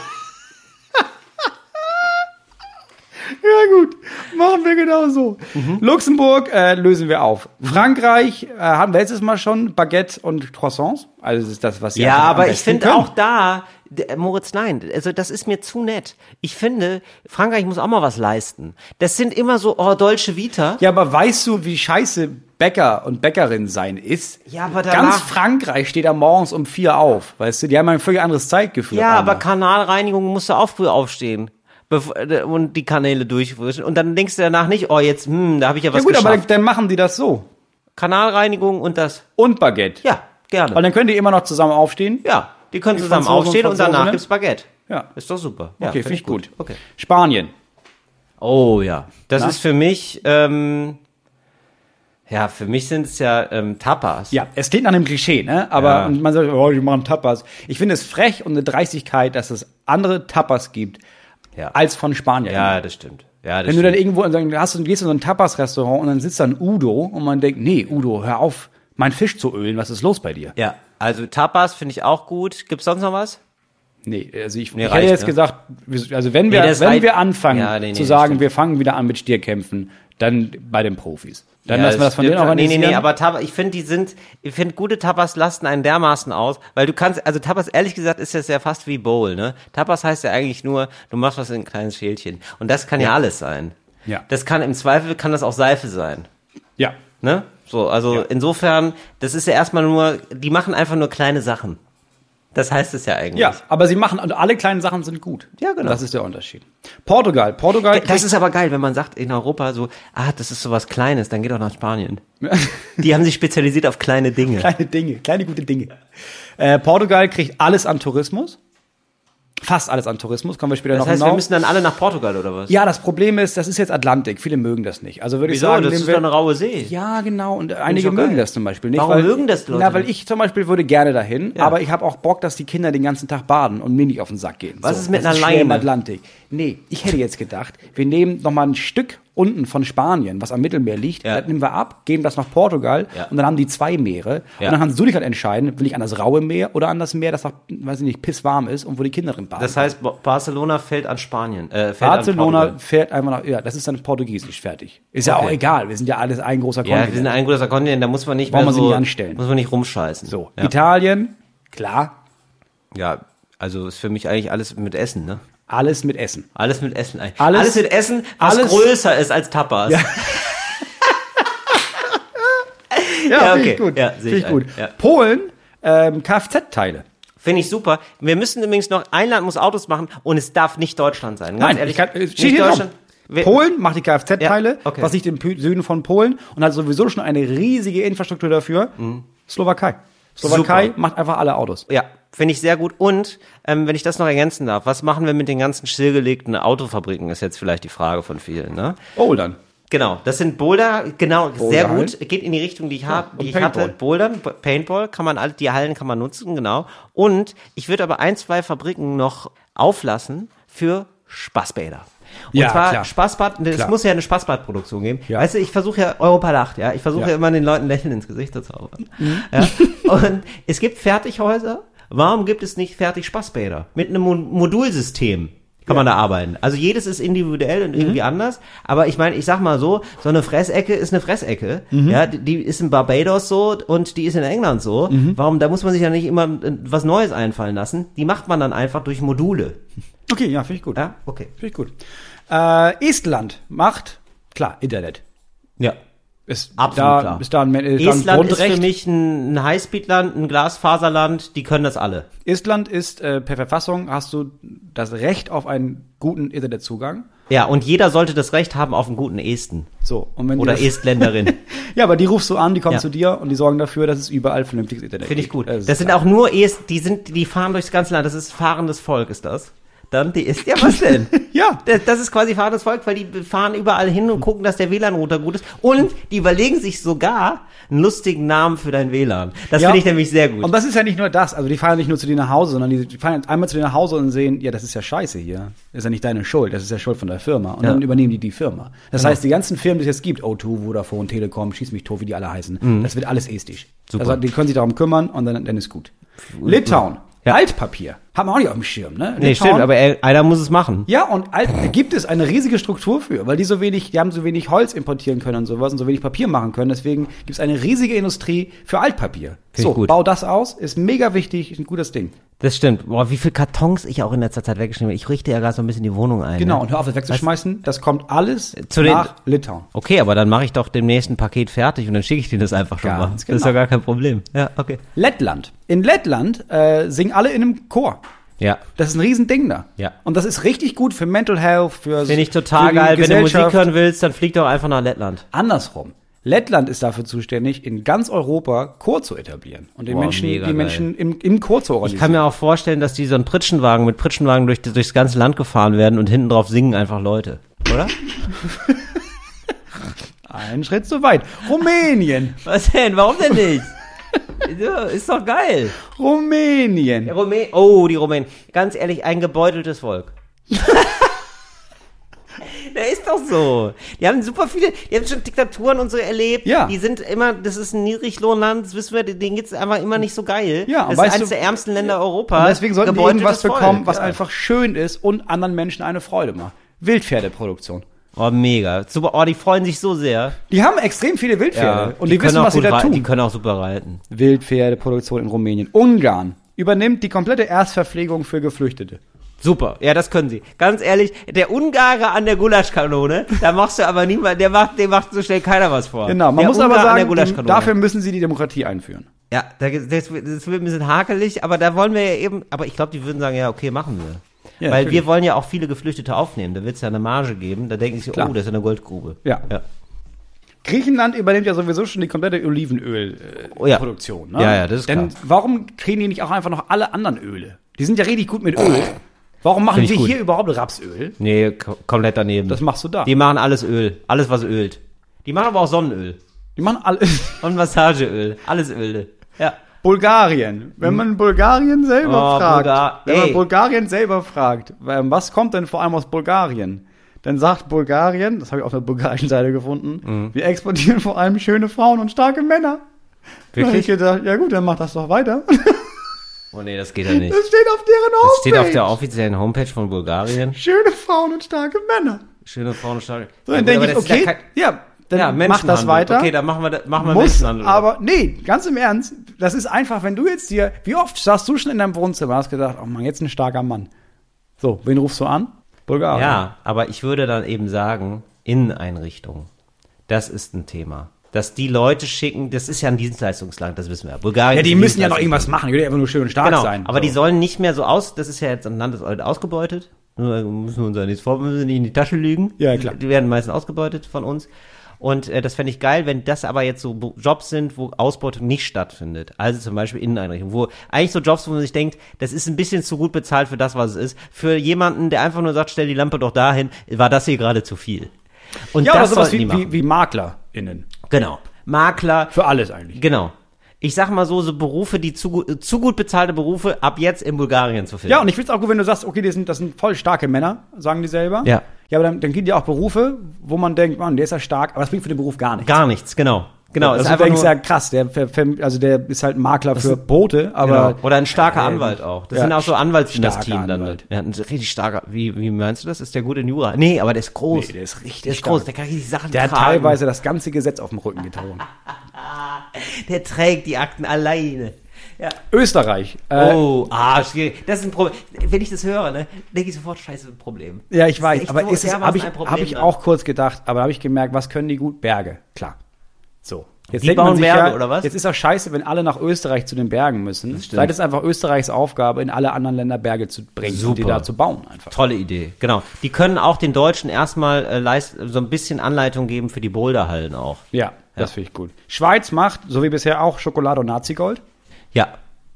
S2: Ja, gut. Machen wir genau so.
S1: Mhm.
S2: Luxemburg äh, lösen wir auf. Frankreich äh, haben wir letztes Mal schon Baguette und Croissants. Also, das ist das, was sie
S1: Ja,
S2: einfach am
S1: aber ich
S2: besten
S1: finde
S2: können.
S1: auch da, d- Moritz, nein, also das ist mir zu nett. Ich finde, Frankreich muss auch mal was leisten. Das sind immer so, oh, Dolce Vita.
S2: Ja, aber weißt du, wie scheiße Bäcker und Bäckerin sein ist?
S1: Ja, aber
S2: Ganz
S1: danach-
S2: Frankreich steht da morgens um vier auf. Weißt du, die haben ein völlig anderes Zeitgefühl.
S1: Ja,
S2: auf
S1: aber
S2: einmal.
S1: Kanalreinigung musst du auch früh aufstehen. Bev äh, und die Kanäle durchwischen. Und dann denkst du danach nicht, oh, jetzt, hm, da habe ich ja was
S2: Ja, gut, aber
S1: geschafft.
S2: dann, dann machen die das so.
S1: Kanalreinigung und das.
S2: Und Baguette.
S1: Ja, gerne.
S2: Und dann können die immer noch zusammen aufstehen.
S1: ja, die können
S2: Die
S1: zusammen
S2: Franzosen und
S1: aufstehen und danach
S2: Franzosinnen?
S1: gibt's Baguette.
S2: Ja.
S1: Ist doch super. Ja,
S2: Okay, finde ich gut.
S1: Okay.
S2: Spanien.
S1: Oh ja, das
S2: Na?
S1: ist für mich, ähm, ja, für mich sind es ja ähm, Tapas.
S2: Ja, es klingt nach einem Klischee, ne? Aber
S1: Ja.
S2: und man sagt, oh, die machen Tapas. Ich finde es frech und eine Dreistigkeit, dass es andere Tapas gibt
S1: Ja.
S2: als von Spaniern.
S1: Ja, das stimmt. Ja, das
S2: also- Wenn du
S1: stimmt.
S2: dann irgendwo und dann hast du gehst in so ein Tapas-Restaurant und dann sitzt da ein Udo und man denkt, nee, Udo, hör auf, meinen Fisch zu ölen, was ist los bei dir?
S1: ja, also Tapas finde ich auch gut. Gibt's sonst noch was?
S2: Nee, also ich,
S1: Nee,
S2: ich hätte
S1: reicht,
S2: jetzt
S1: ne?
S2: gesagt, wir- also wenn wir,
S1: Nee, das
S2: wenn
S1: reicht.
S2: wir anfangen
S1: Ja, nee, nee,
S2: zu
S1: das
S2: sagen,
S1: stimmt.
S2: wir fangen wieder an mit Stierkämpfen, dann bei den Profis. Dann
S1: ja,
S2: lassen wir das von denen
S1: stimmt.
S2: auch
S1: Nee, nee, nee, aber Tapas, ich finde, die sind, ich finde, gute Tapas lasten einen dermaßen aus, weil du kannst, also Tapas, ehrlich gesagt, ist das ja fast wie Bowl, ne? Tapas heißt ja eigentlich nur, du machst was in ein kleines Schälchen. Und das kann ja, alles sein.
S2: Ja.
S1: Das kann, im Zweifel kann das auch Seife sein,
S2: Ja,
S1: ne? So, also insofern, das ist ja erstmal nur, die machen einfach nur kleine Sachen. Das heißt es ja eigentlich.
S2: ja, aber sie machen, und alle kleinen Sachen sind gut.
S1: Ja, genau.
S2: Das ist der Unterschied. Portugal, Portugal.
S1: Das ist aber geil, wenn man sagt in Europa so, ah, das ist sowas Kleines, dann geht auch nach Spanien. Die haben sich spezialisiert auf kleine Dinge.
S2: [LAUGHS] Kleine Dinge, kleine gute Dinge. Äh, Portugal kriegt alles an Tourismus. Fast alles an Tourismus, kommen wir später
S1: Das
S2: noch
S1: heißt, wir
S2: hinauf.
S1: müssen dann alle nach Portugal oder was?
S2: ja, das Problem ist, das ist jetzt Atlantik. Viele mögen das nicht. Also würde ich
S1: Wieso?
S2: sagen,
S1: das
S2: nehmen
S1: ist
S2: wir-
S1: doch eine raue See.
S2: ja, genau. Und einige
S1: doch geil.
S2: mögen das zum Beispiel nicht.
S1: Warum mögen das die Leute
S2: Na, weil
S1: nicht?
S2: ich zum Beispiel würde gerne dahin, aber ich habe auch Bock, dass die Kinder den ganzen Tag baden und mir nicht auf den Sack gehen.
S1: Was ist mit
S2: das
S1: einer
S2: schwer Im
S1: Leine?
S2: Atlantik. Nee, ich hätte jetzt gedacht, wir nehmen noch mal ein Stück unten von Spanien, was am Mittelmeer liegt,
S1: Ja.
S2: das nehmen wir ab, geben das nach Portugal
S1: Ja.
S2: und dann haben die zwei Meere.
S1: Ja.
S2: Und dann kannst du dich halt entscheiden, will ich an das raue Meer oder an das Meer, das, nach, weiß ich nicht, pisswarm ist und wo die Kinder drin baden.
S1: Das heißt, Bo- Barcelona fällt an Spanien. Äh, fällt An
S2: Barcelona
S1: Portugal.
S2: fährt einfach nach, ja, das ist dann portugiesisch fertig. Ist ja
S1: Okay.
S2: auch egal, wir sind ja alles ein großer
S1: ja, wir sind ein großer Kontinent, da muss man nicht
S2: Braucht
S1: mehr
S2: man sich
S1: so,
S2: nicht anstellen.
S1: muss man nicht rumscheißen.
S2: So,
S1: ja.
S2: Italien, klar,
S1: ja, also ist für mich eigentlich alles mit Essen, ne?
S2: alles mit Essen.
S1: Alles mit Essen eigentlich.
S2: Alles-
S1: alles mit Essen, was
S2: alles-
S1: größer ist als Tapas. Ja. Ja,
S2: finde
S1: okay. Ja, sehe
S2: Finde
S1: ich
S2: ich gut.
S1: ein. Ja.
S2: Polen, ähm, Kfz-Teile.
S1: Finde ich super. Wir müssen übrigens noch, ein Land muss Autos machen und es darf nicht Deutschland sein. Ganz ehrlich,
S2: ich kann, äh, steht
S1: nicht
S2: hier
S1: Deutschland.
S2: drauf.
S1: Wir-
S2: Polen macht die Kfz-Teile,
S1: Ja, okay.
S2: was liegt im Pü- Süden von Polen und hat sowieso schon eine riesige Infrastruktur dafür. Slowakei. Slowakei
S1: Mhm. Super.
S2: macht einfach alle Autos.
S1: Ja, finde ich sehr gut. Und ähm, wenn ich das noch ergänzen darf, was machen wir mit den ganzen stillgelegten Autofabriken, ist jetzt vielleicht die Frage von vielen. Ne?
S2: Bouldern.
S1: Genau, das sind Boulder, genau, sehr
S2: Boulder halt.
S1: gut. Geht in die Richtung, die ich, hab,
S2: und
S1: die ich
S2: Paintball.
S1: hatte. Bouldern, B- Paintball, kann man alle, die Hallen kann man nutzen, genau. Und ich würde aber ein, zwei Fabriken noch auflassen für Spaßbäder. Und
S2: Ja,
S1: zwar
S2: klar.
S1: Spaßbad, es
S2: Klar.
S1: muss ja eine Spaßbadproduktion geben.
S2: Ja.
S1: Weißt du, ich versuche ja Europa lacht, ja. Ich versuche
S2: Ja. Mhm.
S1: ja. immer den Leuten Lächeln ins Gesicht zu zaubern. Ja? Und es gibt Fertighäuser. Warum gibt es nicht fertig Spaßbäder? Mit einem Mo Modulsystem kann man da arbeiten. Also jedes ist individuell und irgendwie
S2: Mhm.
S1: anders. Aber ich meine, ich sag mal so, so eine Fressecke ist eine Fressecke.
S2: Mhm.
S1: Ja, die, die ist in Barbados so und die ist in England so.
S2: Mhm.
S1: Warum, da muss man sich ja nicht immer äh, was Neues einfallen lassen. Die macht man dann einfach durch Module.
S2: Okay, ja, finde ich gut.
S1: Ja, okay.
S2: Finde ich gut. Äh, Estland macht, klar, Internet.
S1: Ja.
S2: Ist
S1: Absolut
S2: da,
S1: klar.
S2: Ist da ein, ist da ein
S1: Estland ist
S2: Grundrecht.
S1: für mich ein, ein Highspeedland, ein Glasfaserland, die können das alle.
S2: Estland ist äh, per Verfassung hast du das Recht auf einen guten Internetzugang.
S1: Ja, und jeder sollte das Recht haben auf einen guten Esten.
S2: So und wenn die
S1: Oder
S2: das,
S1: Estländerin.
S2: [LAUGHS] Ja, aber die rufst du an, die kommen
S1: Ja.
S2: zu dir und die sorgen dafür, dass es überall vernünftiges Internet
S1: Finde ich gut.
S2: gibt. Also,
S1: Das sind auch nur Est, die sind, die fahren durchs ganze Land. Das ist fahrendes Volk, ist das. Dann die ist. Ja,
S2: [LAUGHS]
S1: was denn?
S2: Ja.
S1: Das, das ist quasi fahrendes Volk, weil die fahren überall hin und gucken, dass der WLAN-Router gut ist. Und die überlegen sich sogar einen lustigen Namen für dein WLAN. Das
S2: Ja.
S1: finde ich nämlich sehr gut.
S2: Und das ist ja nicht nur das. Also die fahren ja nicht nur zu dir nach Hause, sondern die die fahren einmal zu dir nach Hause und sehen, ja, das ist ja scheiße hier. Das ist ja nicht deine Schuld, das ist ja Schuld von der Firma. Und
S1: Ja. Genau.
S2: dann übernehmen die die Firma. Das heißt, die ganzen Firmen, die es jetzt gibt, O2, Vodafone, Telekom, Schieß mich tot, wie die alle heißen,
S1: Mhm.
S2: das wird alles estisch. Also die können sich darum kümmern und dann, dann ist gut. Litauen.
S1: Ja.
S2: Altpapier. Haben wir auch nicht auf dem Schirm, ne?
S1: nee, stimmt, aber er, einer muss es machen.
S2: Ja, und alt, da gibt es eine riesige Struktur für, weil die so wenig, die haben so wenig Holz importieren können und sowas und so wenig Papier machen können. Deswegen gibt es eine riesige Industrie für Altpapier.
S1: ich
S2: so,
S1: gut.
S2: bau das aus, ist mega wichtig, ist ein gutes Ding.
S1: Das stimmt. Boah, wie viel Kartons ich auch in letzter Zeit weggeschrieben habe. Ich richte ja gerade so ein bisschen die Wohnung ein.
S2: Genau,
S1: Ne?
S2: und hör auf, das wegzuschmeißen. Das kommt alles
S1: Äh, Zu den-
S2: nach Litauen.
S1: Okay, aber dann mache ich doch demnächst ein Paket fertig und dann schicke ich dir das einfach schon mal.
S2: Ganz
S1: Das ist ja
S2: genau.
S1: gar kein Problem. Ja, okay.
S2: Lettland. In Lettland äh, singen alle in einem Chor.
S1: Ja.
S2: Das ist ein Riesending da.
S1: Ja.
S2: Und das ist richtig gut für Mental Health, für
S1: Finde ich total
S2: für die
S1: geil. Wenn du Musik
S2: Gesellschaft.
S1: hören willst, dann flieg doch einfach nach Lettland.
S2: Andersrum. Lettland ist dafür zuständig, in ganz Europa Chor zu etablieren und den
S1: Boah,
S2: Menschen, die
S1: mega geil.
S2: Menschen im, im Chor zu
S1: Ich
S2: organisieren.
S1: kann mir auch vorstellen, dass die so einen Pritschenwagen mit Pritschenwagen durch, durchs ganze Land gefahren werden und hinten drauf singen einfach Leute. Oder? [LAUGHS]
S2: Einen Schritt zu weit.
S1: [LAUGHS]
S2: Rumänien.
S1: Was denn? Warum denn
S2: [LAUGHS]
S1: nicht? Ja, ist doch geil.
S2: Rumänien.
S1: Rumä oh, die Rumänen. Ganz ehrlich, ein gebeuteltes
S2: [LAUGHS]
S1: Volk. Da ist doch so. Die haben super viele, die haben schon Diktaturen und so erlebt.
S2: Ja.
S1: Die sind immer, das ist ein Niedriglohnland, das wissen wir, denen geht's einfach immer nicht so geil.
S2: Ja, und
S1: das ist
S2: weißt
S1: eines
S2: du-
S1: der ärmsten Länder Europas.
S2: Und deswegen sollten wir
S1: Gebeuteltes
S2: irgendwas
S1: Volk.
S2: bekommen, was
S1: ja.
S2: einfach schön ist und anderen Menschen eine Freude macht. Wildpferdeproduktion.
S1: Oh, mega. Super. Oh, die freuen sich so sehr.
S2: Die haben extrem viele Wildpferde und die,
S1: können
S2: wissen,
S1: auch
S2: was sie
S1: gut
S2: da
S1: rei- Die
S2: tun.
S1: können auch super reiten.
S2: Wildpferdeproduktion in Rumänien. Ungarn übernimmt die komplette Erstverpflegung für Geflüchtete.
S1: Super, ja, das können sie. Ganz ehrlich, der Ungare an der Gulaschkanone, da machst du aber niemand, der macht, dem macht so schnell keiner was vor.
S2: Genau, man
S1: der
S2: muss aber
S1: Ungar an der
S2: sagen, die,
S1: Gulaschkanone.
S2: dafür müssen sie die Demokratie einführen.
S1: Ja, da, ge- das, wird- das wird ein bisschen hakelig, aber da wollen wir ja eben, aber ich glaube, die würden sagen, ja, okay, machen wir.
S2: Ja,
S1: Weil
S2: natürlich.
S1: wir wollen ja auch viele Geflüchtete aufnehmen, da wird es ja eine Marge geben, da denken sie,
S2: Klar.
S1: oh, das ist ja eine Goldgrube.
S2: Ja.
S1: ja.
S2: Griechenland übernimmt ja sowieso schon die komplette Olivenölproduktion.
S1: Oh ja.
S2: Äh, Produktion, ne?
S1: Ja, ja, das ist
S2: Denn
S1: klar.
S2: warum kriegen die nicht auch einfach noch alle anderen Öle? Die sind ja richtig gut mit Öl. Warum machen
S1: Finde ich
S2: wir
S1: gut.
S2: hier überhaupt Rapsöl?
S1: Nee, ko- komplett daneben.
S2: Das machst du da.
S1: Die machen alles Öl, alles was ölt. Die machen aber auch Sonnenöl
S2: Die machen alle. [LAUGHS]
S1: und Massageöl, alles Öle. Ja.
S2: Bulgarien. Wenn man Bulgarien selber
S1: Hm. Oh,
S2: fragt,
S1: Bulgar-
S2: wenn man
S1: ey.
S2: Bulgarien selber fragt, ähm, was kommt denn vor allem aus Bulgarien? Dann sagt Bulgarien, das habe ich auf der bulgarischen Seite gefunden,
S1: Hm.
S2: wir exportieren vor allem schöne Frauen und starke Männer. Da habe ich gedacht, ja gut, dann mach das doch weiter.
S1: Oh nee, das geht ja nicht.
S2: Das steht auf deren Homepage.
S1: Hm. Das steht auf der offiziellen Homepage von Bulgarien.
S2: Schöne Frauen und starke Männer.
S1: Schöne vorne stark.
S2: So, dann denke ich, okay, ja, dann
S1: ja,
S2: mach
S1: Menschenhandel.
S2: das weiter.
S1: Okay, dann machen wir, da- machen wir
S2: muss,
S1: Menschenhandel.
S2: aber nee, ganz im Ernst, das ist einfach, wenn du jetzt hier, wie oft saßt du schon in deinem Wohnzimmer und hast gedacht, oh Mann, jetzt ein starker Mann. So, wen rufst du an? Bulgarien.
S1: ja, aber ich würde dann eben sagen, Inneneinrichtung. Das ist ein Thema. Dass die Leute schicken, das ist ja ein Dienstleistungsland, das wissen wir. Bulgarien
S2: Ja,
S1: ist
S2: die
S1: ein
S2: müssen ja noch
S1: Dienstleistungsland.
S2: irgendwas machen, die können ja einfach nur schön und stark
S1: also genau,
S2: sein.
S1: Aber
S2: so.
S1: die sollen nicht mehr so aus, das ist ja jetzt ein Land, das wird ausgebeutet. Nur äh, müssen wir uns ja nichts vor, müssen wir nicht in die Tasche lügen.
S2: Ja, klar.
S1: Die werden meistens ausgebeutet von uns. Und äh, das fände ich geil, wenn das aber jetzt so Bo- Jobs sind, wo Ausbeutung nicht stattfindet. Also zum Beispiel Inneneinrichtungen, wo eigentlich so Jobs, wo man sich denkt, das ist ein bisschen zu gut bezahlt für das, was es ist. Für jemanden, der einfach nur sagt, stell die Lampe doch dahin, war das hier gerade zu viel. Und
S2: ja,
S1: das
S2: oder sowas
S1: sollten die
S2: wie,
S1: machen.
S2: wie, wie MaklerInnen.
S1: Genau. Makler,
S2: Für alles eigentlich.
S1: Genau. Ich sag mal so, so Berufe, die zu, gu- zu gut bezahlte Berufe ab jetzt in Bulgarien zu finden.
S2: Ja, und ich find's auch gut, wenn du sagst, okay, das sind, das sind voll starke Männer, sagen die selber.
S1: Ja.
S2: Ja, aber dann, dann gibt ja auch Berufe, wo man denkt, Mann, der ist ja stark, aber das bringt für den Beruf gar nichts.
S1: Gar nichts, genau. Genau,
S2: also
S1: ist
S2: du
S1: einfach
S2: denkst
S1: nur,
S2: ja krass, der, ver- ver- also der ist halt ein Makler für Boote, aber äh, Ähm,
S1: genau. Oder ein starker Anwalt auch. Das
S2: ja,
S1: sind auch so
S2: starker
S1: Anwaltsdynastien dann.
S2: Anwalt.
S1: Ja, ein richtig starker. Wie, wie meinst du das? Ist der gut in Jura? Nee, aber der ist groß.
S2: Nee, der ist richtig
S1: Der ist groß,
S2: stark.
S1: der kann richtig Sachen
S2: der hat
S1: tragen.
S2: teilweise das ganze Gesetz auf dem Rücken getragen.
S1: Der trägt die Akten alleine. Ja.
S2: Österreich. Äh,
S1: Oh, ah, schwierig. Das ist ein Problem. Wenn ich das höre, ne, denke ich sofort, scheiße, ein Problem.
S2: Ja, ich
S1: Das
S2: weiß,
S1: echt
S2: aber
S1: so
S2: ist es,
S1: dermaßen
S2: habe ich,
S1: ein Problem
S2: hab ich
S1: dann.
S2: auch kurz gedacht, aber habe ich gemerkt, was können die gut? Berge, klar. So. Jetzt
S1: Die
S2: denkt man
S1: bauen
S2: sich
S1: Berge,
S2: ja,
S1: oder was?
S2: Jetzt ist auch scheiße, wenn alle nach Österreich zu den Bergen müssen.
S1: stimmt.
S2: Vielleicht ist es einfach Österreichs Aufgabe, in alle anderen Länder Berge zu bringen und die
S1: Super.
S2: da zu bauen einfach.
S1: Tolle Idee, genau. Die können auch den Deutschen erstmal äh, leist, so ein bisschen Anleitung geben für die Boulderhallen auch.
S2: Ja, das finde ich gut. Schweiz macht, so wie bisher auch, Schokolade und Nazigold.
S1: Ja,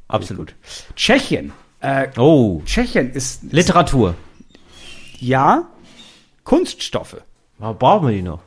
S1: absolut.
S2: Tschechien äh,
S4: Oh,
S2: Tschechien ist
S1: Literatur.
S2: ja Kunststoffe.
S1: Warum brauchen wir die noch?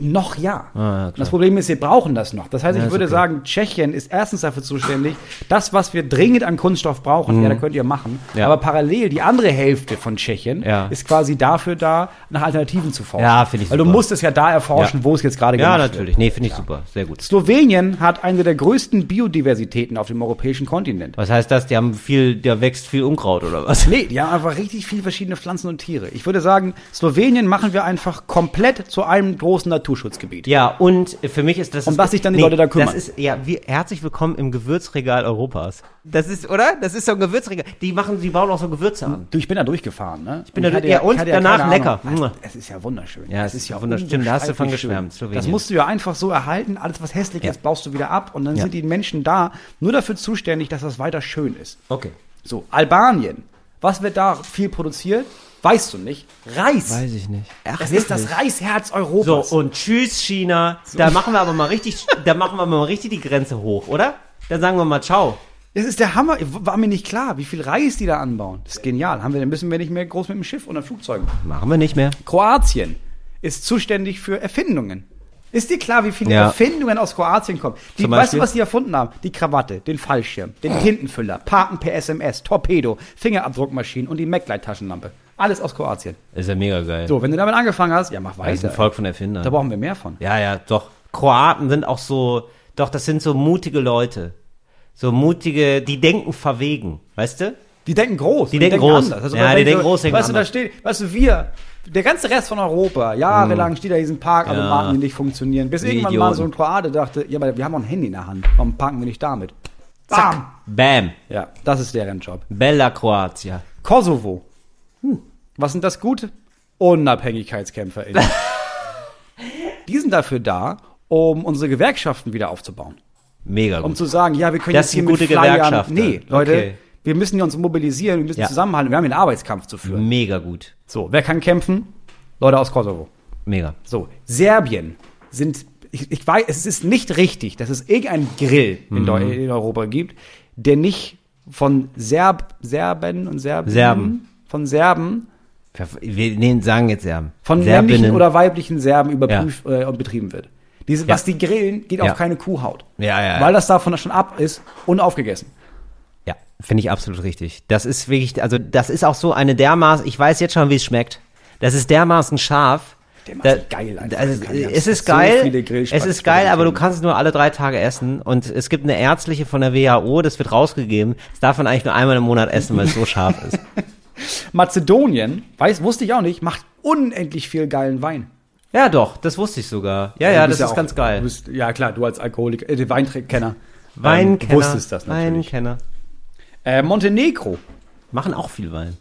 S2: Noch ja.
S1: Ah, ja, klar.
S2: das Problem ist, sie brauchen das noch. Das heißt, ich
S1: ist
S2: würde
S1: okay.
S2: sagen, Tschechien ist erstens dafür zuständig, das, was wir dringend an Kunststoff brauchen, ja, da könnt ihr machen.
S1: Mhm. Ja.
S2: Aber parallel, die andere Hälfte von Tschechien
S1: Ja.
S2: ist quasi dafür da, nach Alternativen zu forschen.
S1: Ja, finde ich
S2: Weil du
S1: super.
S2: musst es ja da erforschen,
S1: Ja.
S2: wo es jetzt gerade
S1: Ja,
S2: gemacht wird.
S1: natürlich. Nee, finde ich super. Sehr gut.
S2: Slowenien hat eine der größten Biodiversitäten auf dem europäischen Kontinent.
S1: Was heißt das? Die haben viel, da wächst viel Unkraut oder was?
S2: Nee, die haben einfach richtig viele verschiedene Pflanzen und Tiere. Ich würde sagen, Slowenien machen wir einfach komplett zu einem großen Naturschutzgebiet.
S1: Ja, und für mich ist das.
S2: Um was sich dann die Leute da kümmern.
S1: Das ist, ja, wir, herzlich willkommen im Gewürzregal Europas. Das ist, oder? Das ist so ein Gewürzregal. Die machen, die bauen auch so Gewürze an.
S2: Du, ich bin da durchgefahren, ne? Ich
S1: bin
S2: ich
S1: da
S2: hatte
S1: durch- ja, und
S2: ich hatte
S1: danach
S2: keine Ahnung.
S1: lecker.
S2: Es ist ja wunderschön.
S1: Ja, es ist ja wunderschön. Stimmt, da hast du von
S2: unbeschreiblich
S1: geschwärmt,
S2: schön. Das
S1: Slowenien.
S2: musst du ja einfach so erhalten. Alles, was hässlich ist, baust du wieder ab. Und dann
S1: Ja.
S2: sind die Menschen da nur dafür zuständig, dass das weiter schön ist.
S1: Okay.
S2: So, Albanien. Was wird da viel produziert? Weißt du nicht. Reis.
S1: Weiß ich nicht.
S2: Ach, das ist das Reisherz
S1: So,
S2: Europas.
S1: und tschüss, China. Da machen wir aber mal richtig, da machen wir mal richtig die Grenze hoch, oder? Dann sagen wir mal ciao.
S2: Das ist der Hammer. War mir nicht klar, wie viel Reis die da anbauen. Das ist genial. Haben wir, dann müssen wir nicht mehr groß mit dem Schiff oder Flugzeugen.
S1: Machen wir nicht mehr.
S2: Kroatien ist zuständig für Erfindungen. Ist dir klar, wie viele
S1: Ja.
S2: Erfindungen aus Kroatien kommen? Die,
S1: Zum
S2: weißt du,
S1: Beispiel?
S2: was die erfunden haben? Die Krawatte, den Fallschirm, den Tintenfüller, Parken per SMS, Torpedo, Fingerabdruckmaschinen und die MacLight-Taschenlampe. Alles aus Kroatien.
S1: Ist ja mega geil.
S2: So, wenn du damit angefangen hast, ja, mach
S1: das ist ein
S2: weiter.
S1: Volk von Erfindern.
S2: Da brauchen wir mehr von.
S1: Ja, ja, doch. Kroaten sind auch so, doch, das sind so mutige Leute. So mutige, die denken verwegen, weißt du?
S2: Die denken groß.
S1: Die denken groß.
S2: Anders. Also,
S1: Ja,
S2: wenn
S1: die
S2: du-
S1: denken groß, denken
S2: Weißt du, da
S1: anders.
S2: steht, weißt du, wir, der ganze Rest von Europa, jahrelang steht da diesen Parkautomaten,
S1: Mhm. Ja.
S2: die nicht funktionieren. Bis
S1: Die
S2: irgendwann mal
S1: Idioten.
S2: so ein Kroate dachte, ja, aber wir haben auch ein Handy in der Hand. Warum parken wir nicht damit? Bam!
S1: Bam.
S2: Ja, das ist deren Job.
S1: Bella Kroatia.
S2: Kosovo. Hm. Was sind das gut?
S1: [LAUGHS]
S2: UnabhängigkeitskämpferInnen. die sind dafür da, um unsere Gewerkschaften wieder aufzubauen.
S1: Mega
S2: Um
S1: gut.
S2: zu sagen, ja, wir können
S1: Das
S2: jetzt hier
S1: sind
S2: mit
S1: gute
S2: Flyern-
S1: Gewerkschafter.
S2: Nee, Leute,
S1: Okay.
S2: wir müssen hier uns mobilisieren, wir müssen
S1: Ja.
S2: zusammenhalten, wir haben hier einen Arbeitskampf zu führen.
S1: Mega gut.
S2: So, wer kann kämpfen? Leute aus Kosovo.
S1: Mega.
S2: So, Serbien sind, ich, ich weiß, es ist nicht richtig, dass es irgendeinen Grill in, Deu
S1: Mhm.
S2: in Europa gibt, der nicht von Serb, Serben und Serben,
S1: Serben.
S2: von Serben,
S1: Wir nehmen, sagen jetzt Serben.
S2: von männlichen oder weiblichen Serben überprüft äh, und betrieben wird. Diese,
S1: Ja.
S2: Was die grillen, geht
S1: Ja.
S2: auf keine Kuhhaut.
S1: Ja, ja, ja.
S2: Weil das davon schon ab ist, unaufgegessen.
S1: Ja, finde ich absolut richtig. Das ist wirklich, also das ist auch so eine dermaßen, ich weiß jetzt schon, wie es schmeckt. Das ist dermaßen scharf.
S2: Dermaßen geil einfach.
S1: Also,
S2: Kann ja
S1: es
S2: so
S1: ist geil,
S2: viele
S1: es
S2: Grillspatzen
S1: ist geil, aber du
S2: kriegen.
S1: kannst es nur alle drei Tage essen und es gibt eine ärztliche von der WHO, das wird rausgegeben, das darf man eigentlich nur einmal im Monat essen, weil es
S2: [LAUGHS]
S1: so scharf ist.
S2: Mazedonien, weiß, wusste ich auch nicht, macht unendlich viel geilen Wein.
S1: Ja doch, das wusste ich sogar. Ja, ja,
S2: Du
S1: das
S2: bist
S1: ist
S2: auch-
S1: ganz
S2: du
S1: geil.
S2: Bist, ja, klar, du als Alkoholiker, äh, Weinkenner.
S1: Weinkenner,
S2: wusstest das natürlich.
S1: Weinkenner.
S2: Äh, Montenegro.
S1: Machen auch viel Wein.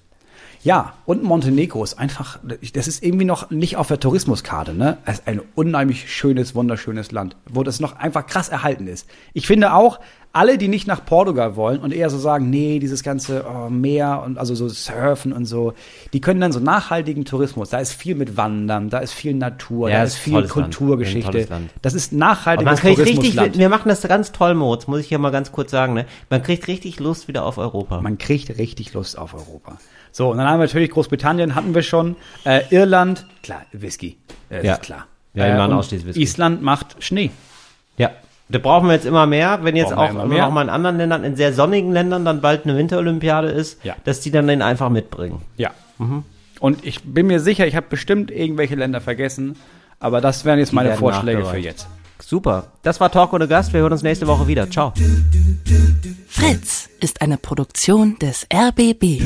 S2: Ja, und Montenegro ist einfach, das ist irgendwie noch nicht auf der Tourismuskarte, ne? Es ist ein unheimlich schönes, wunderschönes Land, wo das noch einfach krass erhalten ist. Ich finde auch, alle, die nicht nach Portugal wollen und eher so sagen, nee, dieses ganze oh, Meer und also so Surfen und so, die können dann so nachhaltigen Tourismus, da ist viel mit Wandern, da ist viel Natur,
S1: Ja,
S2: da
S1: es
S2: ist
S1: ist ein
S2: viel
S1: tolles Land.
S2: Kulturgeschichte.
S1: Ein tolles Land.
S2: Das ist
S1: Und
S2: nachhaltiges
S1: man kriegt richtig,
S2: Tourismusland.
S1: wir machen das ganz toll, Moritz, muss ich ja mal ganz kurz sagen, ne? Man kriegt richtig Lust wieder auf Europa.
S2: Man kriegt richtig Lust auf Europa. So, und dann haben wir natürlich Großbritannien, hatten wir schon. Äh, Irland, klar, Whisky. Äh,
S1: Ja.
S2: Ist klar. Äh,
S1: Ja, die machen
S2: und
S1: ausschließlich Whisky.
S2: Island macht Schnee.
S1: Ja, da brauchen wir jetzt immer mehr, wenn jetzt
S2: Brauchen wir
S1: auch
S2: immer
S1: immer
S2: mehr.
S1: noch mal in anderen Ländern, in sehr sonnigen Ländern dann bald eine Winterolympiade ist,
S2: Ja.
S1: dass die dann den einfach mitbringen.
S2: Ja.
S1: Mhm.
S2: Und ich bin mir sicher, ich habe bestimmt irgendwelche Länder vergessen, aber das wären jetzt meine
S1: werden
S2: Vorschläge für
S1: nachgereicht.
S2: jetzt.
S1: Super. Das war Talk ohne Gast. Wir hören uns nächste Woche wieder. Ciao.
S3: Fritz ist eine Produktion des RBB.